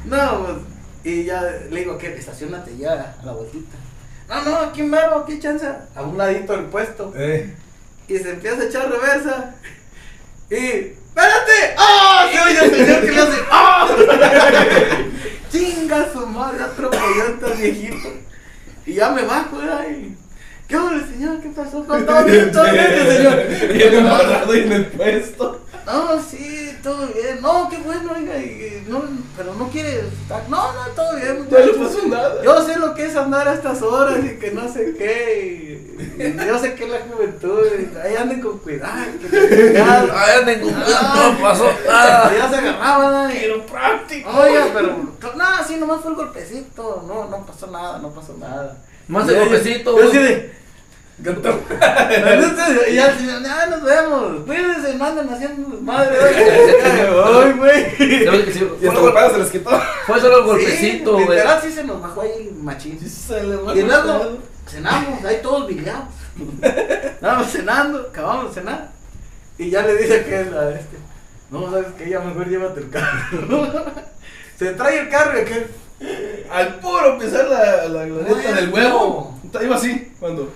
Speaker 2: No, pues. Y ya le digo que estacionate ya a la vueltita. No, no, aquí mero, aquí chance. A un ladito del puesto.
Speaker 5: Eh,
Speaker 2: Y se empieza a echar reversa. Y. ¡Espérate! ¡Ah! Se oye el señor que le hace. ¡Ah! *laughs* ¡Chinga su madre! Atropelló a este viejito. Y ya me bajo, ¿verdad? Y, ¿Qué onda, señor? ¿Qué pasó? con todo bien, todo bien,
Speaker 3: *laughs*
Speaker 2: señor.
Speaker 3: Y el amarrado en el puesto.
Speaker 2: No, sí, todo bien. No, qué bueno, oiga. y- y no, pero no quiere. estar- No, no, todo bien,
Speaker 3: No le
Speaker 2: muchacho.
Speaker 3: pasó nada.
Speaker 2: Yo sé lo que es andar a estas horas y que no sé qué. y- y yo sé que es la juventud. y Ahí anden con cuidado. que-
Speaker 4: Ay, tengo un
Speaker 2: Ah.
Speaker 4: no pasó
Speaker 2: Ah,
Speaker 4: nada.
Speaker 2: ya se agarraban. ¿no?
Speaker 3: Pero práctico.
Speaker 2: Oiga, pero. No, sí, nomás fue el golpecito. No, no pasó nada, no pasó nada.
Speaker 4: *laughs* Más de
Speaker 2: Y ella-
Speaker 4: golpecito.
Speaker 2: yo así de,
Speaker 5: gato.
Speaker 2: *laughs* "Entonces", Y ya el señor, "Ah, nos vemos. Cuídense, no anden haciendo madre. *laughs* Ay, güey.
Speaker 4: Ya ves que sí,
Speaker 5: Y
Speaker 4: Fue
Speaker 5: hasta los
Speaker 4: solo-
Speaker 5: pedos se les quitó.
Speaker 4: fue solo el
Speaker 2: Sí,
Speaker 4: golpecito, güey.
Speaker 2: Literal, sí se nos bajó ahí machín. Y luego cenamos, ahí todos vigilados. Estábamos cenando, acabamos de cenar. Y ya le dice que es la este. No, sabes que ya mejor llévate el carro. *laughs* se trae el carro y aquel.
Speaker 3: Al puro empezar la, la glorieta del huevo. Iba así, cuando.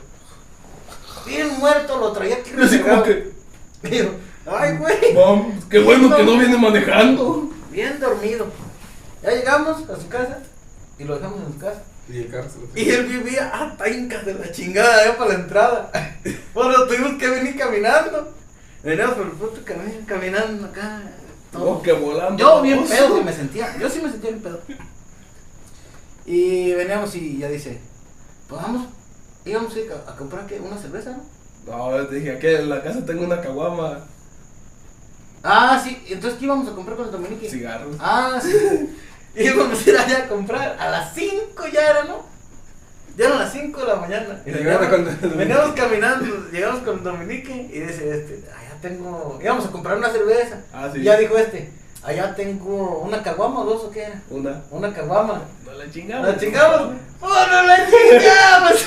Speaker 2: Bien muerto, lo traía aquí.
Speaker 3: Yo así como
Speaker 2: rezagado.
Speaker 3: que.
Speaker 2: Digo, ay, güey.
Speaker 3: Mam, qué bueno que no viene manejando.
Speaker 2: Bien dormido. Ya llegamos a su casa y lo dejamos en su casa.
Speaker 5: Y el carro se lo
Speaker 2: Y él vivía a tancas de la chingada, allá para la entrada. *laughs* Bueno, tuvimos que venir caminando. Veníamos por el puto camino, caminando acá. todo.
Speaker 3: No, que Oh, volando.
Speaker 2: Yo bien
Speaker 3: Oso.
Speaker 2: pedo que me sentía. Yo sí me sentía bien pedo. Y veníamos y ya dice, pues vamos, íbamos a, ir a- a comprar ¿qué? una cerveza, ¿no?
Speaker 3: No, yo te dije, aquí en la casa tengo una caguama,
Speaker 2: Ah, sí, entonces ¿qué íbamos a comprar con el Dominique?
Speaker 3: cigarros.
Speaker 2: Ah, sí. Y íbamos a ir allá a comprar. A las 5 ya era, ¿no? Ya eran las 5 de la mañana.
Speaker 5: Y llegaron con-
Speaker 2: veníamos caminando, llegamos con Dominique y dice este, allá tengo. Íbamos a comprar una cerveza.
Speaker 3: Ah, sí.
Speaker 2: Y ya dijo este, allá tengo una caguama o dos o qué era.
Speaker 3: Una.
Speaker 2: Una caguama.
Speaker 3: No la chingamos.
Speaker 2: La chingamos. ¡Oh, no la chingamos!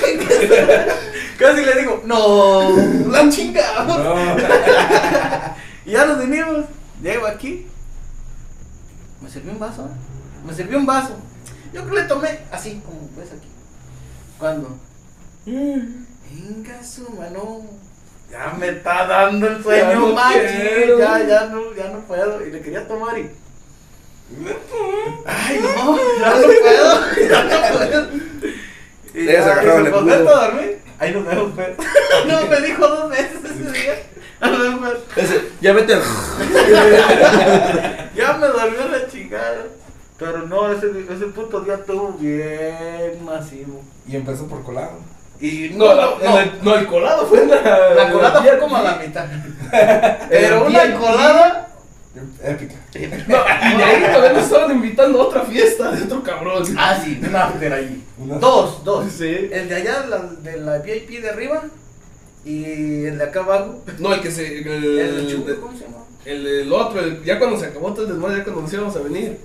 Speaker 2: *laughs* Casi le digo, no, la chingamos.
Speaker 5: No.
Speaker 2: Y ya nos vinimos. Llego aquí. Me sirvió un vaso. ¿eh? Me sirvió un vaso. Yo creo que le tomé así, como ves aquí. Cuando.
Speaker 3: Mm.
Speaker 2: Venga, su mano. Ya me está dando el
Speaker 3: Ya
Speaker 2: sueño,
Speaker 3: no
Speaker 2: machi.
Speaker 3: quiero.
Speaker 2: Ya, ya no, ya no puedo. Y le quería tomar y. Ay, no, ya no puedo. *laughs* Ya no puedo. Y
Speaker 4: Le has agarrado
Speaker 2: y se
Speaker 4: el
Speaker 2: fue,
Speaker 4: embudo.
Speaker 2: "Vete a dormir. Ahí nos vemos, pues. No, me dijo dos veces ese día. Nos vemos, pues.
Speaker 4: Ese, Ya vete.
Speaker 2: Ya me dormió la chingada. Pero no, ese, ese puto día estuvo bien masivo.
Speaker 5: *laughs* Y empezó por colado.
Speaker 2: Y
Speaker 3: No, la-
Speaker 2: no,
Speaker 3: El, no, el colado fue en la.
Speaker 2: la colada fue como a la
Speaker 3: *laughs*
Speaker 2: mitad. Pero una colada.
Speaker 5: Épica.
Speaker 3: No, y de ahí todavía nos estaban invitando a otra fiesta de otro cabrón.
Speaker 2: Ah, sí, un after ahí.
Speaker 5: Una-
Speaker 2: Dos, dos.
Speaker 3: Sí.
Speaker 2: El de allá, la- de la VIP de arriba. Y el de acá abajo.
Speaker 3: No, el que se. El,
Speaker 2: El chulo, ¿cómo se llama?
Speaker 3: el- el otro, el- ya cuando se acabó todo el desmadre, ya cuando nos íbamos a venir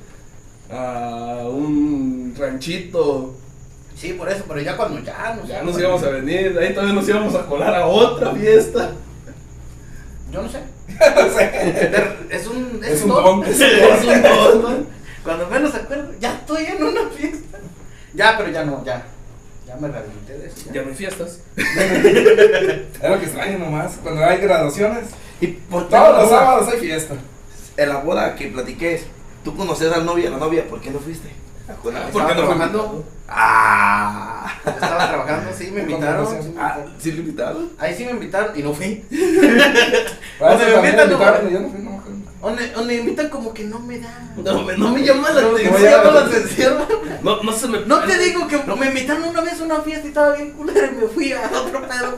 Speaker 3: a un ranchito,
Speaker 2: Sí, por eso, pero ya cuando ya no sé,
Speaker 3: ya
Speaker 2: cuando-
Speaker 3: nos íbamos a venir, ahí todavía nos íbamos a colar a otra fiesta.
Speaker 2: Yo
Speaker 3: *laughs*
Speaker 2: no sé. es un.
Speaker 5: Es un
Speaker 2: todo.
Speaker 5: don.
Speaker 2: *laughs* Es
Speaker 3: Es un
Speaker 2: un
Speaker 3: don.
Speaker 2: don. Cuando menos acuerdo, ya estoy en una fiesta. Ya, pero ya no, ya. Ya me rehabilité de eso.
Speaker 3: Ya no hay fiestas.
Speaker 5: Es lo que extraño nomás. Cuando hay graduaciones,
Speaker 4: Y por
Speaker 5: todos
Speaker 4: sábados.
Speaker 5: los sábados hay fiesta.
Speaker 4: En la boda que platiqué, tú conoces al novio y a la novia, ¿por qué no fuiste? Porque
Speaker 3: Porque no fue-
Speaker 2: trabajando.
Speaker 4: Ah,
Speaker 2: Estaba trabajando, sí,
Speaker 3: *laughs*
Speaker 2: me
Speaker 5: Con
Speaker 2: invitaron.
Speaker 5: razón.
Speaker 2: sí me
Speaker 4: ah,
Speaker 2: invitaron.
Speaker 4: sí lo invitaron.
Speaker 2: Ahí sí me invitaron y no fui.
Speaker 5: Para
Speaker 2: Cuando
Speaker 5: eso
Speaker 2: me
Speaker 5: también
Speaker 2: invitan,
Speaker 5: invitaron,
Speaker 2: no.
Speaker 5: yo no fui, no me acuerdo.
Speaker 2: Donde, donde invitan como que no me da.
Speaker 3: No, me- no me llama la
Speaker 2: No, no me
Speaker 3: atención.
Speaker 2: llama la atención.
Speaker 3: No, no se me.
Speaker 2: No te digo que me invitaron una vez a una fiesta y estaba bien culera y me fui a otro pedo.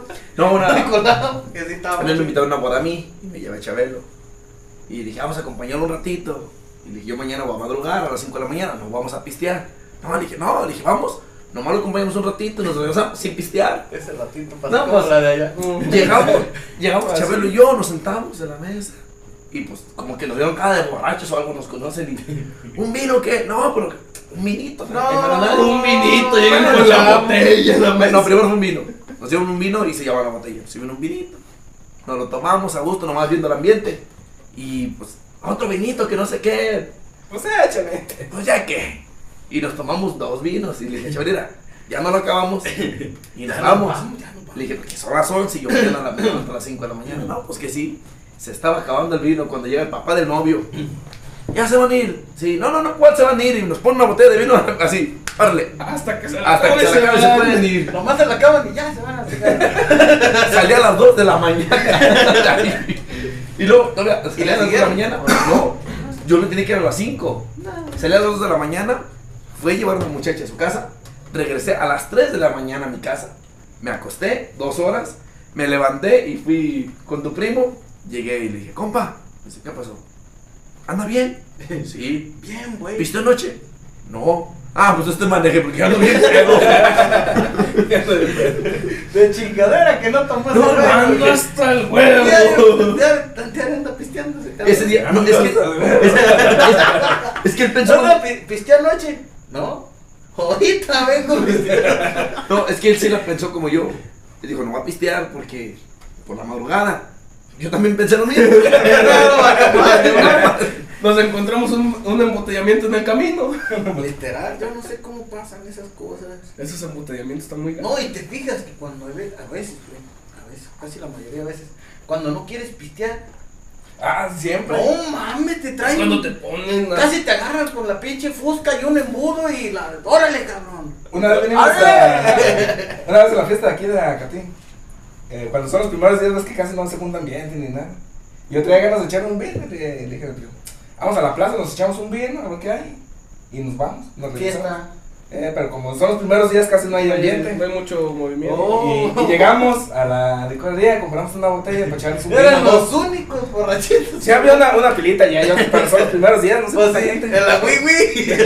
Speaker 2: *laughs*
Speaker 4: No, una.
Speaker 2: Estoy colado, que sí estaba.
Speaker 4: Una vez me invitaron a una boda a mí y me llevé a Chabelo. Y dije, vamos a acompañarlo un ratito. Y le dije, yo mañana voy a madrugar a las 5 de la mañana, nos vamos a pistear. No, le dije, no, le dije, vamos, nomás lo acompañamos un ratito y nos regresamos sin pistear.
Speaker 2: Ese ratito
Speaker 4: No,
Speaker 2: pasó
Speaker 4: pues,
Speaker 2: la de allá.
Speaker 4: Llegamos, *laughs* llegamos Chabelo y yo, nos sentamos en la mesa. Y pues, como que nos vieron cara de borrachos o algo, nos conocen. Y, ¿Un vino qué? No, pero un vinito.
Speaker 2: No,
Speaker 4: en la nada,
Speaker 3: Un vinito, llegan
Speaker 4: Bueno,
Speaker 3: con la
Speaker 4: la-
Speaker 3: botella. la mesa.
Speaker 4: No, primero fue un vino. Nos dieron un vino y se llevaba la botella. Nos dieron un vinito. Nos lo tomamos a gusto, nomás viendo el ambiente. Y pues, otro vinito que no sé qué.
Speaker 5: Pues échale. *laughs*
Speaker 4: Pues ya qué. Y nos tomamos dos vinos. Y le dije, Chavarera, ya no lo acabamos. Y nos vamos. Le dije, porque son las 11 y yo mañana a la mañana hasta las 5 de la mañana. No, pues que sí. Se estaba acabando el vino cuando llega el papá del novio. Ya se van a ir. Sí, no, no, no, ¿cuál se van a ir? Y nos pone una botella de vino *laughs* así. Árale.
Speaker 3: Hasta que se la
Speaker 4: Hasta que se la acabe, se
Speaker 3: van.
Speaker 4: pueden ir.
Speaker 2: Nomás se la acaban y ya se van a sacar.
Speaker 4: Salí a las 2 de la mañana. y luego, todavía, salí a las 2 de la mañana. No, yo le tenía que ir a las 5. Salí a las 2 de la mañana, fui a llevar a una muchacha a su casa. Regresé a las 3 de la mañana a mi casa. Me acosté dos horas, me levanté y fui con tu primo. Llegué y le dije, compa, Me dice, ¿qué pasó? ¿Anda bien? Sí.
Speaker 2: Bien, güey.
Speaker 4: ¿Viste anoche? No. Ah, pues este maneje porque ando bien pedo.
Speaker 2: De chingadera que no tomaste.
Speaker 4: No,
Speaker 2: güey.
Speaker 3: Ando hasta el
Speaker 2: Diario,
Speaker 3: huevo.
Speaker 2: diario, Tantear anda pisteando. se te
Speaker 4: Ese día, no, es que, es, que- es que él pensó.
Speaker 2: ¿No la pi- pisteé anoche? ¿No? Ahorita vengo pisteando.
Speaker 4: No, es que él sí la pensó como yo. Él dijo, no va a pistear porque por la madrugada. Yo también pensé lo mismo.
Speaker 3: Nos encontramos un, un embotellamiento en el camino.
Speaker 2: Literal, yo no sé cómo pasan esas cosas.
Speaker 3: Esos embotellamientos están muy
Speaker 2: No, y te fijas que cuando a ve- a veces, güey, a veces, casi la mayoría de veces, cuando no quieres pistear,
Speaker 5: Ah, siempre.
Speaker 2: no mames, te
Speaker 3: Es
Speaker 2: traen.
Speaker 3: Cuando te ponen a-
Speaker 2: Casi te agarran con la pinche fusca y un embudo y la. ¡Órale, cabrón!
Speaker 5: Una vez venimos a.
Speaker 2: ¡Ale!
Speaker 5: Una vez a la fiesta de aquí de Acatín. Eh, cuando son los primeros días, ves que casi no se juntan bien ni nada. Yo traía ganas de echar un vino y le, le dije al primo, vamos a la plaza, nos echamos un vino, a ver qué hay. Y nos vamos, nos regresamos.
Speaker 2: Fiesta.
Speaker 5: Eh, pero como son los primeros días, casi no hay ambiente.
Speaker 3: No hay mucho movimiento.
Speaker 2: Oh.
Speaker 5: Y, y llegamos a la licorería, compramos una botella para echar un
Speaker 2: Eran
Speaker 5: vino.
Speaker 2: los
Speaker 5: dos.
Speaker 2: únicos borrachitos.
Speaker 5: Sí había una, una pilita ya, yo, pero son los primeros días, no sé
Speaker 2: *laughs* Pues
Speaker 5: cuánta
Speaker 2: sí,
Speaker 5: gente.
Speaker 2: en la wiwi.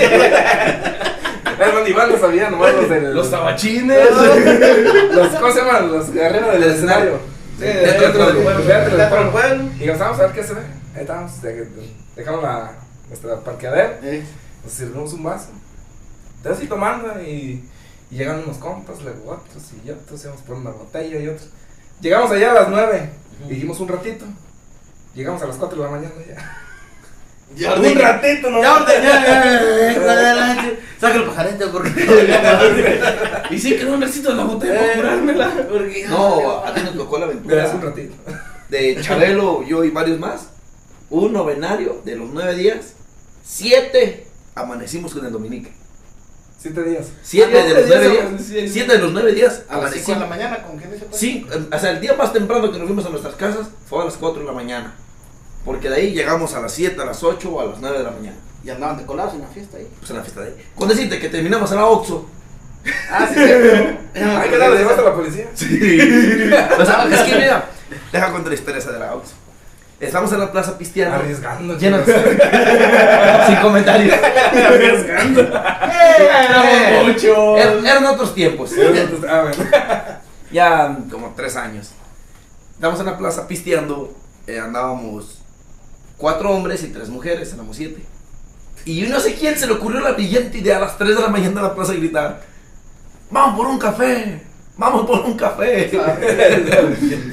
Speaker 5: Es donde Iván lo sabía, nomás los del...
Speaker 3: Los tabachines.
Speaker 5: los, ¿Cómo se llaman? Los guerreros del escenario. Sí,
Speaker 4: Del
Speaker 5: del
Speaker 4: teatro
Speaker 5: teatro
Speaker 4: del
Speaker 5: del
Speaker 4: pueblo.
Speaker 5: teatro del pueblo.
Speaker 2: Bueno,
Speaker 5: Y nos vamos a ver qué se ve. Ahí estábamos, de- de- dejamos la, nuestra parqueadera,
Speaker 2: eh,
Speaker 5: nos servimos un vaso. Entonces y tomando y, y llegan unos compas, luego otros y otros, íbamos por una botella y otros. Llegamos allá a las 9, y dijimos un ratito. Llegamos a las 4 de la mañana ya.
Speaker 2: Ya ordeñé.
Speaker 5: ratito,
Speaker 2: Ya ordeñé. eh, hijo de la leche. Saca el pajarete *laughs* porque.
Speaker 3: y sí, que no necesito la botella
Speaker 2: Eh.
Speaker 3: para curármela.
Speaker 2: porque-
Speaker 4: No, a ti nos tocó la
Speaker 5: Pero es un
Speaker 4: aventura
Speaker 5: ratito.
Speaker 4: de Chabelo, yo y varios más. Un novenario de los nueve días, siete amanecimos con el Dominique.
Speaker 5: 7 días.
Speaker 4: Siete
Speaker 3: Ah, no,
Speaker 4: de los
Speaker 3: ya
Speaker 4: nueve
Speaker 3: sabes, sí, sí.
Speaker 4: días. Siete de los nueve días
Speaker 2: A las 5 de la
Speaker 4: amanecimos.
Speaker 2: mañana, ¿con quién se fue?
Speaker 4: Sí, eh, o sea, el día más temprano que nos fuimos a nuestras casas fue a las 4 de la mañana. Porque de ahí llegamos a las 7, a las 8 o a las 9 de la mañana.
Speaker 2: Y andaban de colados en la fiesta ahí.
Speaker 4: Pues en la fiesta de ahí. Con decirte que terminamos en la Oxxo.
Speaker 2: Ah, sí, cierto.
Speaker 5: Ay, que nada, le llevaste a la policía.
Speaker 4: Sí. *laughs* o sea, es que mira, deja contar la historia esa de la Oxxo. Estamos en la plaza pisteando.
Speaker 5: Arriesgando.
Speaker 4: Lleno
Speaker 5: chicos.
Speaker 4: Sin comentarios.
Speaker 5: Arriesgando.
Speaker 4: *laughs* Eh,
Speaker 3: Éramos mucho.
Speaker 4: er- Eran otros tiempos.
Speaker 5: Ah, bueno.
Speaker 4: Ya como tres años. Estamos en la plaza pisteando. eh, andábamos cuatro hombres y tres mujeres, éramos siete. Y yo no sé quién se le ocurrió la brillante idea a las 3 de la mañana en la plaza gritar: ¡Vamos por un café! ¡Vamos por un
Speaker 5: *laughs*
Speaker 4: café!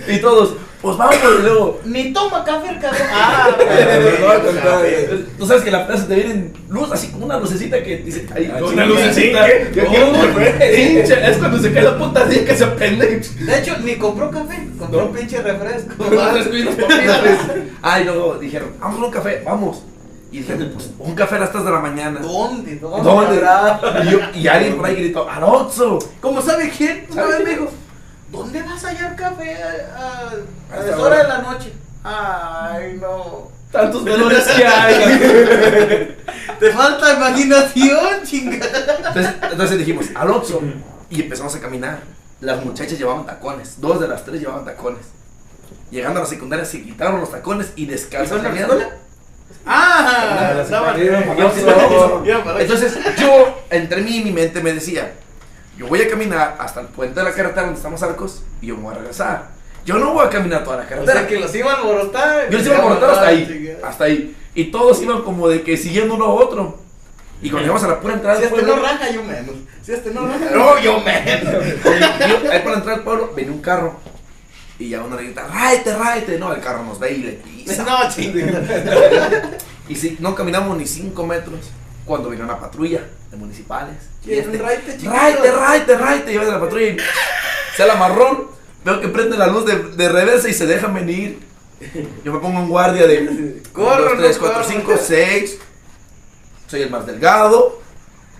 Speaker 4: y todos, pues vamos, y
Speaker 5: *laughs*
Speaker 4: luego.
Speaker 2: Ni toma café, cabrón. Ah,
Speaker 5: Perdón, compadre.
Speaker 4: Tú sabes que en la plaza te vienen luz, así como una lucecita que dice: "Ay,
Speaker 5: Ah,
Speaker 4: con
Speaker 5: chinga,
Speaker 4: lucecita".
Speaker 5: ¿qué? Yo quiero un café.
Speaker 3: Pinche, es cuando se cae la puta así que se prende.
Speaker 2: De hecho, ni compró café, compró un pinche refresco.
Speaker 4: Ay, Ah, luego dijeron: Vamos por un café, vamos. Y dijeron: Pues un café a las 3 de la mañana.
Speaker 2: ¿Dónde?
Speaker 4: ¿Dónde?
Speaker 2: habrá?
Speaker 4: Y, yo- y alguien por ahí gritó, ¡Arozzo!
Speaker 2: ¿Cómo sabe quién? Una
Speaker 4: ¿Sabe
Speaker 2: vez
Speaker 4: quién?
Speaker 2: me dijo, ¿dónde vas a hallar café a, a, a
Speaker 5: Hasta
Speaker 2: las
Speaker 5: ahora.
Speaker 2: horas de la noche? Ay, no.
Speaker 3: Tantos valores que hay.
Speaker 2: Te falta imaginación, chingada.
Speaker 4: Entonces, entonces dijimos, ¡al Oxxo". Y empezamos a caminar. Las muchachas llevaban tacones, dos de las tres llevaban tacones. Llegando a la secundaria se quitaron los tacones y descalzos caminando.
Speaker 2: Ah,
Speaker 5: Ah, la
Speaker 2: estaba-
Speaker 5: secundaria, famoso.
Speaker 2: Iba para-
Speaker 4: Entonces yo, entre mí y mi mente me decía, yo voy a caminar hasta el puente de la carretera donde estamos arcos y yo me voy a regresar. Yo no voy a caminar toda la
Speaker 2: O
Speaker 4: carretera.
Speaker 2: sea, que los iban a alborotar.
Speaker 4: Yo les iba a cortar hasta ahí.
Speaker 2: Chingada.
Speaker 4: Hasta ahí. Y todos iban como de que siguiendo uno a otro. Y cuando llegamos a la pura entrada
Speaker 2: Si
Speaker 4: del
Speaker 2: este no
Speaker 4: pueblo.
Speaker 2: raja, yo menos. Si este *laughs* no raja,
Speaker 4: *laughs* No, yo me. Ahí para entrar al pueblo venía un carro. Y ya uno le grita, ráete, ráete. No, el carro nos ve y le pisa.
Speaker 2: No, *laughs* chingada.
Speaker 4: Y si no caminamos ni cinco metros cuando vino una patrulla de municipales. Y
Speaker 2: ¿Quién?
Speaker 4: este,
Speaker 2: Ráete, chiquito.
Speaker 4: ráete, ráete, ráete. Y va de la patrulla y se la marrón. Veo que prende la luz de, de reversa y se dejan venir. Yo me pongo en guardia de
Speaker 2: Corre,
Speaker 4: 2, 3,
Speaker 2: no
Speaker 4: 4,
Speaker 2: corre.
Speaker 4: 5, 6. Soy el más delgado.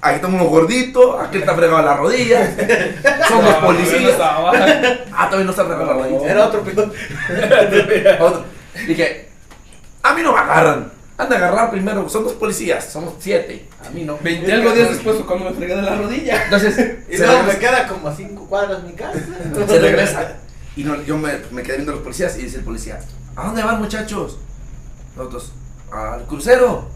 Speaker 4: Aquí está uno gordito. Aquí está fregado en la rodilla. Somos
Speaker 3: No, no
Speaker 4: policías.
Speaker 3: estaba.
Speaker 4: Ah, también no está fregado en la rodilla. ¿eh?
Speaker 2: Era otro piloto.
Speaker 4: Otro. Dije, a mí no me agarran. Han de agarrar primero. Son dos policías. Somos siete. A mí no.
Speaker 3: 20 algo días después fue cuando me fregué de la rodilla.
Speaker 4: Entonces,
Speaker 2: Y
Speaker 4: se
Speaker 2: no, me
Speaker 4: regresa.
Speaker 2: queda como a cinco cuadras mi *laughs* casa.
Speaker 4: se regresa. Y no- yo me, me quedé viendo a los policías y dice el policía, ¿a dónde van muchachos? Nosotros, al crucero.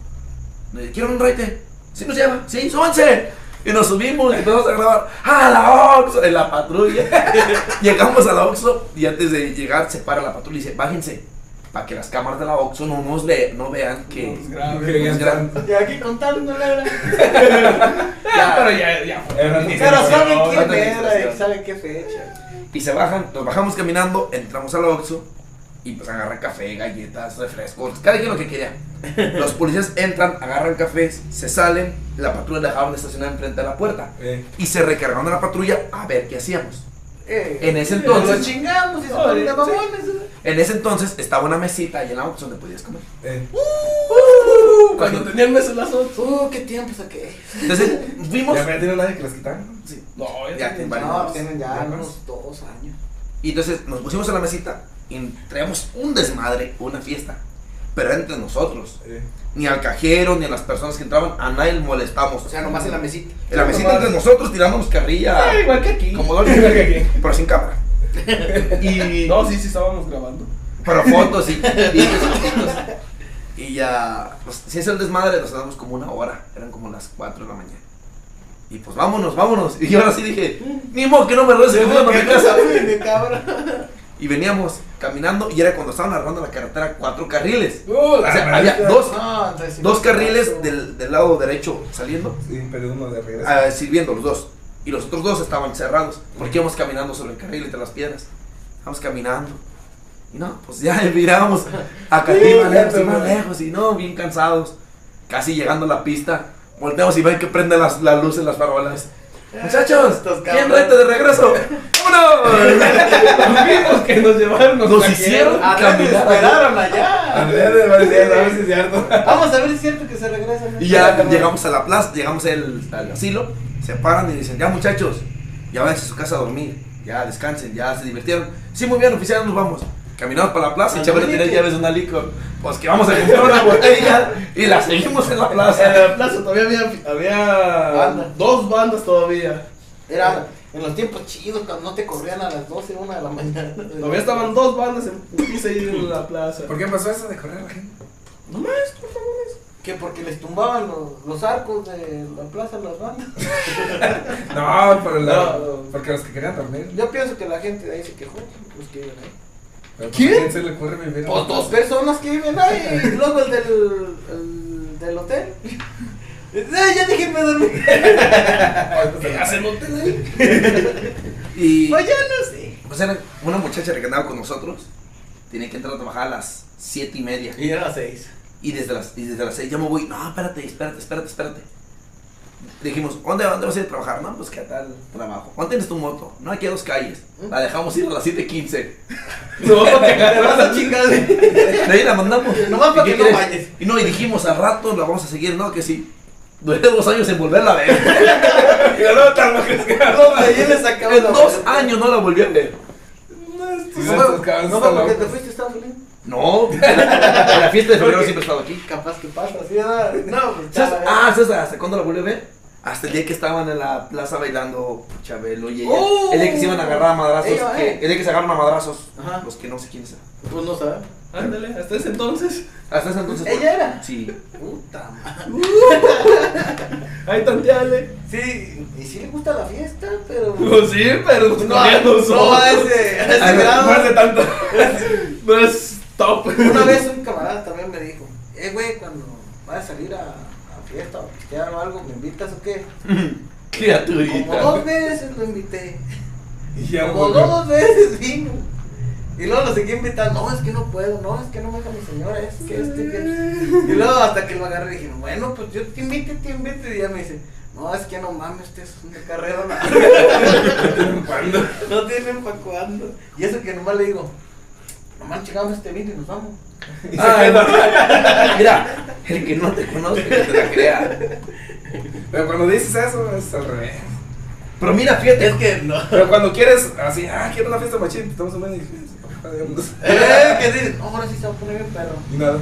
Speaker 4: Me dice, ¿Quieren un raite? Sí nos lleva, sí, súbanse. Y nos subimos y empezamos a grabar. ¡A la Oxxo! En la patrulla. *laughs* Llegamos a la Oxxo y antes de llegar se para la patrulla y dice, bájense. Para que las cámaras de la Oxxo no nos le, no vean que...
Speaker 3: Pues grave.
Speaker 5: Querían estar-
Speaker 2: Y aquí contándole. era-
Speaker 3: Ya, pero ya, ya fue.
Speaker 5: Era
Speaker 3: Ni
Speaker 2: Pero
Speaker 3: se
Speaker 2: saben
Speaker 3: enteró.
Speaker 2: quién
Speaker 4: no, no,
Speaker 2: era
Speaker 4: no.
Speaker 2: y saben qué fecha.
Speaker 4: Y se bajan, nos bajamos caminando, entramos al Oxxo y pues agarran café, galletas, refrescos, cada quien lo que quería. Los policías entran, agarran cafés, se salen, la patrulla dejaban estacionada enfrente de la puerta
Speaker 5: Eh,
Speaker 4: y se recargaron a la patrulla a ver qué hacíamos.
Speaker 2: Eh,
Speaker 4: En ese
Speaker 2: Lo
Speaker 4: entonces,
Speaker 2: chingamos y se ponen de mamones. ¿eh?
Speaker 4: en ese entonces estaba una mesita ahí en la Oxxo donde podías comer.
Speaker 5: eh.
Speaker 3: Uh, Cuando tenían meses las otras.
Speaker 2: Uh, qué tiempo saqué.
Speaker 4: Entonces fuimos
Speaker 5: Ya me tiene nadie que las quitaron.
Speaker 3: No,
Speaker 4: Ya,
Speaker 3: ya
Speaker 4: te-
Speaker 3: tenía-
Speaker 4: Vale,
Speaker 2: No,
Speaker 4: más.
Speaker 2: tienen ya
Speaker 5: Ya
Speaker 2: unos dos años.
Speaker 4: y entonces nos pusimos en la mesita y traíamos un desmadre, una fiesta, pero era entre nosotros.
Speaker 5: Eh.
Speaker 4: Ni al cajero, ni a las personas que entraban, a nadie molestamos.
Speaker 2: O sea, nomás en la mesita.
Speaker 4: En la mesita entre nosotros tiramos carrilla.
Speaker 3: Ah, Igual que aquí.
Speaker 4: Como dos
Speaker 3: Igual que aquí.
Speaker 4: pero sin cámara. Y.
Speaker 3: No, sí, sí estábamos grabando.
Speaker 4: Pero fotos y. y, y ya. Pues, si es el desmadre, nos damos como una hora. Eran como las 4 de la mañana. Y pues vámonos, vámonos. Y ahora sí dije,
Speaker 2: Mm.
Speaker 4: ni modo que no me regrese a mi casa.
Speaker 2: de cabrón.
Speaker 4: Y veníamos caminando y era cuando estaban agarrando la carretera cuatro carriles.
Speaker 5: Uh,
Speaker 4: O
Speaker 5: la
Speaker 4: sea,
Speaker 5: madre.
Speaker 4: había dos,
Speaker 2: *laughs* No, entonces sí
Speaker 4: dos
Speaker 2: me pasó.
Speaker 4: carriles del, del lado derecho saliendo.
Speaker 5: Sí, pero uno de regreso.
Speaker 4: ah, sirviendo los dos. Y los otros dos estaban cerrados. Porque íbamos caminando sobre el carril entre las piedras. Vamos caminando. Y no, pues ya *laughs* mirábamos a Catín más lejos y más lejos. Y no, bien cansados. Casi llegando a la pista. Volteamos y ven que prende las, la luz en las farolas. Muchachos,
Speaker 2: Estos
Speaker 4: ¿quién
Speaker 2: cabrones.
Speaker 4: rete de
Speaker 2: *laughs*
Speaker 4: regreso? ¡Vámonos!
Speaker 3: Los mismos que nos llevaron.
Speaker 4: Nos
Speaker 3: trajeron.
Speaker 4: hicieron.
Speaker 2: Ah, no, me
Speaker 4: Caminar.
Speaker 2: esperaron
Speaker 5: A
Speaker 2: allá.
Speaker 5: ver, a ver, a ver si es cierto.
Speaker 2: Vamos a ver si es cierto que se regresan.
Speaker 4: Y ya llegamos a la plaza, llegamos al, al asilo, se paran y dicen, ya muchachos, ya váyanse a su casa a dormir, ya descansen, ya se divirtieron. Sí, muy bien, oficial, nos vamos. Caminamos para la plaza y
Speaker 2: Ah,
Speaker 4: Chava le
Speaker 2: no,
Speaker 4: tiene
Speaker 2: que-
Speaker 4: llaves de una licor. Pues que vamos a comprar una botella y la seguimos en la
Speaker 3: En
Speaker 4: plaza.
Speaker 3: la plaza todavía había, había
Speaker 2: Banda.
Speaker 3: dos bandas todavía.
Speaker 2: Era en los tiempos chidos cuando no te corrían a las 12, 1 de la mañana.
Speaker 3: Todavía estaban dos bandas en putiza ahí en la plaza.
Speaker 5: ¿Por qué pasó eso de correr a la gente?
Speaker 3: No más, por favor.
Speaker 2: Que porque les tumbaban los, los arcos de la plaza a las bandas.
Speaker 5: No, por la-
Speaker 3: No.
Speaker 5: porque los que querían dormir.
Speaker 2: Yo pienso que la gente de ahí se quejó. Los que viven ahí.
Speaker 5: Pero, pues,
Speaker 3: ¿Quién?
Speaker 5: ¿A quién se le ocurre vivir? en la
Speaker 2: Pues dos
Speaker 5: plaza?
Speaker 2: personas que viven ahí. Y luego el del, el del hotel. *laughs* Eh, ya déjenme dormir.
Speaker 5: Ah,
Speaker 3: ¿Qué hacen hotel ahí?
Speaker 4: Y
Speaker 2: Pues ya no sé.
Speaker 4: pues era una muchacha que andaba con nosotros. Tiene que entrar a trabajar a las siete y media.
Speaker 2: Y era *laughs* seis.
Speaker 4: Y desde las, y desde las seis ya me voy. No, espérate, espérate, espérate, espérate. Dijimos, ¿dónde, dónde vas a ir a trabajar? No, pues que a tal trabajo. ¿Cuánto tienes tu moto? No, aquí a dos calles. La dejamos ir a las 7.15.
Speaker 3: No,
Speaker 2: Te vas a chingar. *laughs*
Speaker 4: De ahí la mandamos.
Speaker 2: Nomás para
Speaker 4: ¿Y
Speaker 2: que
Speaker 4: qué
Speaker 2: no
Speaker 4: crees?
Speaker 2: vayas.
Speaker 4: Y no, y dijimos al rato la vamos a seguir, no, que sí. Duré dos años en volverla
Speaker 2: *laughs*
Speaker 4: a ver.
Speaker 2: No, pero yo les sacaba
Speaker 4: En
Speaker 2: la-
Speaker 4: dos años no la volví a ver.
Speaker 5: Sí,
Speaker 2: No,
Speaker 5: estos
Speaker 2: no,
Speaker 5: cabrones
Speaker 2: no,
Speaker 5: están
Speaker 2: porque te
Speaker 5: locos.
Speaker 2: fuiste a Estados Unidos.
Speaker 4: No, *laughs* en la, en la fiesta de febrero siempre he estado aquí.
Speaker 2: Capaz que pasa, ¿sí? ¿verdad? No, pues ya
Speaker 4: ¿Sabes?
Speaker 2: la-
Speaker 4: Ah, ¿sabes hasta cuándo la volví a ver? Hasta el día que estaban en la plaza bailando Chabelo y ella.
Speaker 2: ¡Oh!
Speaker 4: el día que se iban a agarrar a madrazos.
Speaker 2: Ella,
Speaker 4: que-
Speaker 2: eh.
Speaker 4: el día que se agarran a madrazos.
Speaker 2: Ajá.
Speaker 4: Los que no sé quiénes eran.
Speaker 2: Pues no sabes.
Speaker 3: Ándale, hasta ese entonces.
Speaker 4: Hasta ese entonces.
Speaker 2: ¿Ella era?
Speaker 4: Sí.
Speaker 2: Puta madre.
Speaker 3: Ahí tanteale.
Speaker 2: Sí, y sí le gusta la fiesta, *laughs* pero.
Speaker 3: Pues sí, pero no,
Speaker 2: a- no a
Speaker 3: es,
Speaker 2: ese, a ese
Speaker 4: A ver,
Speaker 2: grado.
Speaker 3: no es de tanto. No es top.
Speaker 2: Una vez un camarada también me dijo, eh, güey, cuando vayas a salir a, a fiesta o a pistear o algo, ¿me invitas o qué? Como
Speaker 4: Criaturita.
Speaker 2: dos veces lo invité.
Speaker 5: *laughs* Y ya
Speaker 2: Como
Speaker 5: volvió.
Speaker 2: dos veces *laughs* vino. Y luego lo seguí invitando, no, es que no puedo, no, es que no me deja mi señora, es que este, que... Y luego hasta que lo agarré dije, bueno, pues yo te invito, te invito, y ya me dice, no, es que no mames, este es una carrera larga".
Speaker 5: ¿Cuándo?
Speaker 2: *laughs* No tienen para cuándo. Y eso que nomás le digo, nomás llegamos este vino y nos vamos. Ah,
Speaker 4: Ay, *laughs* mira, el que no te conoce, que te la crea.
Speaker 5: Pero cuando dices eso, es al revés.
Speaker 4: Pero mira, fíjate.
Speaker 2: Es que no.
Speaker 5: *laughs* Pero cuando quieres, así, ah, quiero una fiesta machín, te tomas un *laughs* medio y
Speaker 2: Eh, que dicen, no, ahora sí se va a poner bien perro.
Speaker 5: Y nada.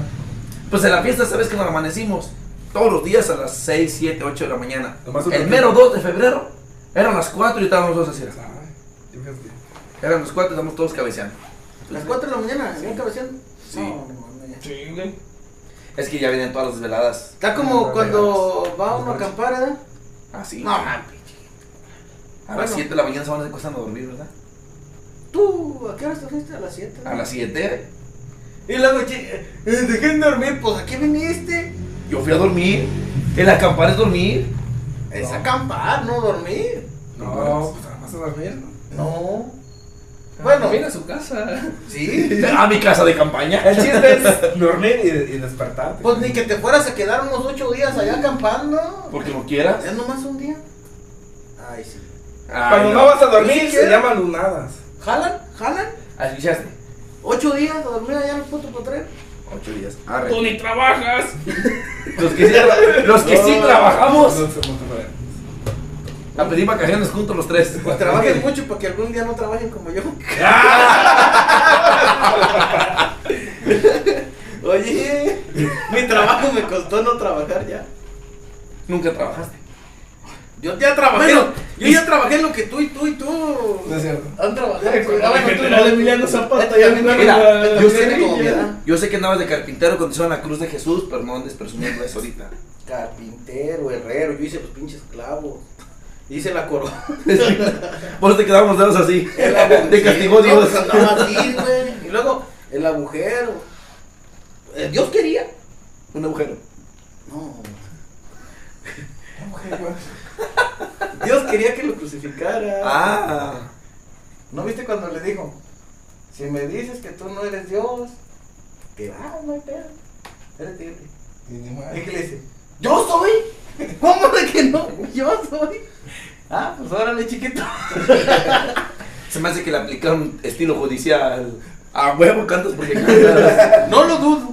Speaker 4: Pues en la fiesta, ¿sabes que nos amanecimos? Todos los días a las 6, 7, 8 de la mañana.
Speaker 5: Nomás un
Speaker 4: El
Speaker 5: ratito.
Speaker 4: mero 2 de febrero eran las 4 y estábamos todos así.
Speaker 5: Ah, yo pienso que-
Speaker 4: Eran las 4 y estábamos todos cabeceando.
Speaker 2: Las 4 de la mañana, ¿bien cabeceando?
Speaker 4: Sí.
Speaker 2: No, no, no, ya.
Speaker 3: Sí, güey.
Speaker 4: Es que ya vienen todas las desveladas.
Speaker 2: Está como cuando va uno a acampar, ¿verdad?
Speaker 4: Así.
Speaker 2: No, mames.
Speaker 5: Ah,
Speaker 4: A las 7 de la mañana se van acostando a dormir, ¿verdad?
Speaker 2: ¿Tú a qué hora te fuiste? A las 7.
Speaker 4: A las 7.
Speaker 2: Y luego, che, dejen dormir, pues ¿a qué viniste?
Speaker 4: Yo fui a dormir. El acampar es dormir.
Speaker 2: Es
Speaker 5: No.
Speaker 2: acampar, no dormir.
Speaker 5: No, pues nada más a dormir, ¿no?
Speaker 2: No.
Speaker 3: Bueno,
Speaker 2: Ah, Bueno,
Speaker 3: mira su casa.
Speaker 2: sí.
Speaker 4: A mi casa de campaña.
Speaker 5: El chiste es dormir y, y despertarte.
Speaker 2: Pues ni que te fueras a quedar unos 8 días allá acampando.
Speaker 4: Porque no quieras.
Speaker 2: ¿Es nomás un día? Ay, sí.
Speaker 5: Cuando
Speaker 4: Ay,
Speaker 5: no vas a dormir, ¿eh?
Speaker 2: Ni
Speaker 5: se
Speaker 2: siquiera.
Speaker 5: llaman lunadas.
Speaker 2: ¿Jalan? ¿Jalan?
Speaker 4: ¿Escuchaste?
Speaker 2: ¿Ocho días a dormir allá en el puto potrero?
Speaker 4: 8 días. Arre.
Speaker 3: Tú ni trabajas.
Speaker 4: Los que sí,
Speaker 5: *laughs*
Speaker 4: los que sí trabajamos.
Speaker 5: No, no, no, no.
Speaker 4: A pedir vacaciones juntos los tres.
Speaker 2: Pues trabajen mucho para que algún día no trabajen como yo. Ah. *laughs* Oye, mi trabajo me costó no trabajar ya.
Speaker 4: Nunca trabajaste.
Speaker 2: Yo ya trabajé.
Speaker 4: Bueno,
Speaker 2: yo ya trabajé en lo que tú y tú y tú
Speaker 5: No es cierto.
Speaker 2: han trabajado.
Speaker 3: Ah, bueno, tú no, Emiliano Zapata ya vino a
Speaker 4: Mira,
Speaker 3: la-
Speaker 4: yo
Speaker 3: la
Speaker 4: sé,
Speaker 2: como mi edad.
Speaker 4: yo sé que andabas de carpintero cuando hicieron la cruz de Jesús, pero no andes presumiendo eso
Speaker 5: *laughs*
Speaker 4: ahorita.
Speaker 2: Carpintero, herrero, yo hice los pinches clavos. Hice la corona.
Speaker 4: Por eso te quedaban los dedos así.
Speaker 2: *laughs*
Speaker 4: Te castigó Dios.
Speaker 2: No, pues andaba así, güey. Y luego, el agujero. Eh, Dios quería.
Speaker 4: Un agujero.
Speaker 2: No. Dios quería que lo crucificara.
Speaker 4: Ah.
Speaker 2: ¿No viste cuando le dijo? Si me dices que tú no eres Dios, que va, no hay pedo. Eres libre.
Speaker 5: Y ni madre.
Speaker 2: Y que le dice, ¿yo soy? *laughs* ¿Cómo de que no? Yo soy. Ah, pues órale, chiquito.
Speaker 4: Se me hace que le aplicaron estilo judicial. A huevo cantas porque
Speaker 2: *laughs*
Speaker 4: cantas.
Speaker 2: No lo dudo.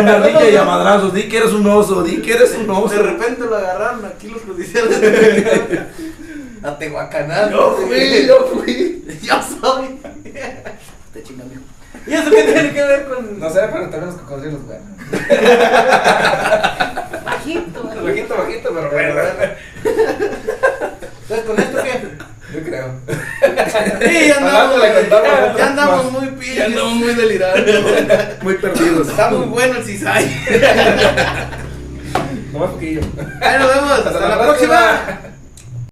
Speaker 2: *laughs*
Speaker 4: una ardilla y a madrazos. Di que eres un oso, di que eres un oso.
Speaker 2: De repente lo agarraron aquí los judiciales. A Tehuacanal.
Speaker 4: Yo fui, yo fui.
Speaker 2: Yo soy. Te chinga, mijo. Y eso que
Speaker 5: sé, pero también los cocodrilos, güey.
Speaker 2: Bajito.
Speaker 5: Bajito, bajito, pero bueno.
Speaker 2: Entonces, pues, ¿con esto qué?
Speaker 5: Yo creo.
Speaker 2: Sí, ya andamos.
Speaker 5: Hablándole con todo,
Speaker 2: Ya andamos
Speaker 5: más.
Speaker 2: muy
Speaker 3: Ya
Speaker 2: pillos.
Speaker 3: andamos muy delirando.
Speaker 4: Muy perdidos.
Speaker 2: Está muy bueno el CISAI.
Speaker 5: Nomás poquillo.
Speaker 2: Ahí nos vemos. Hasta la próxima.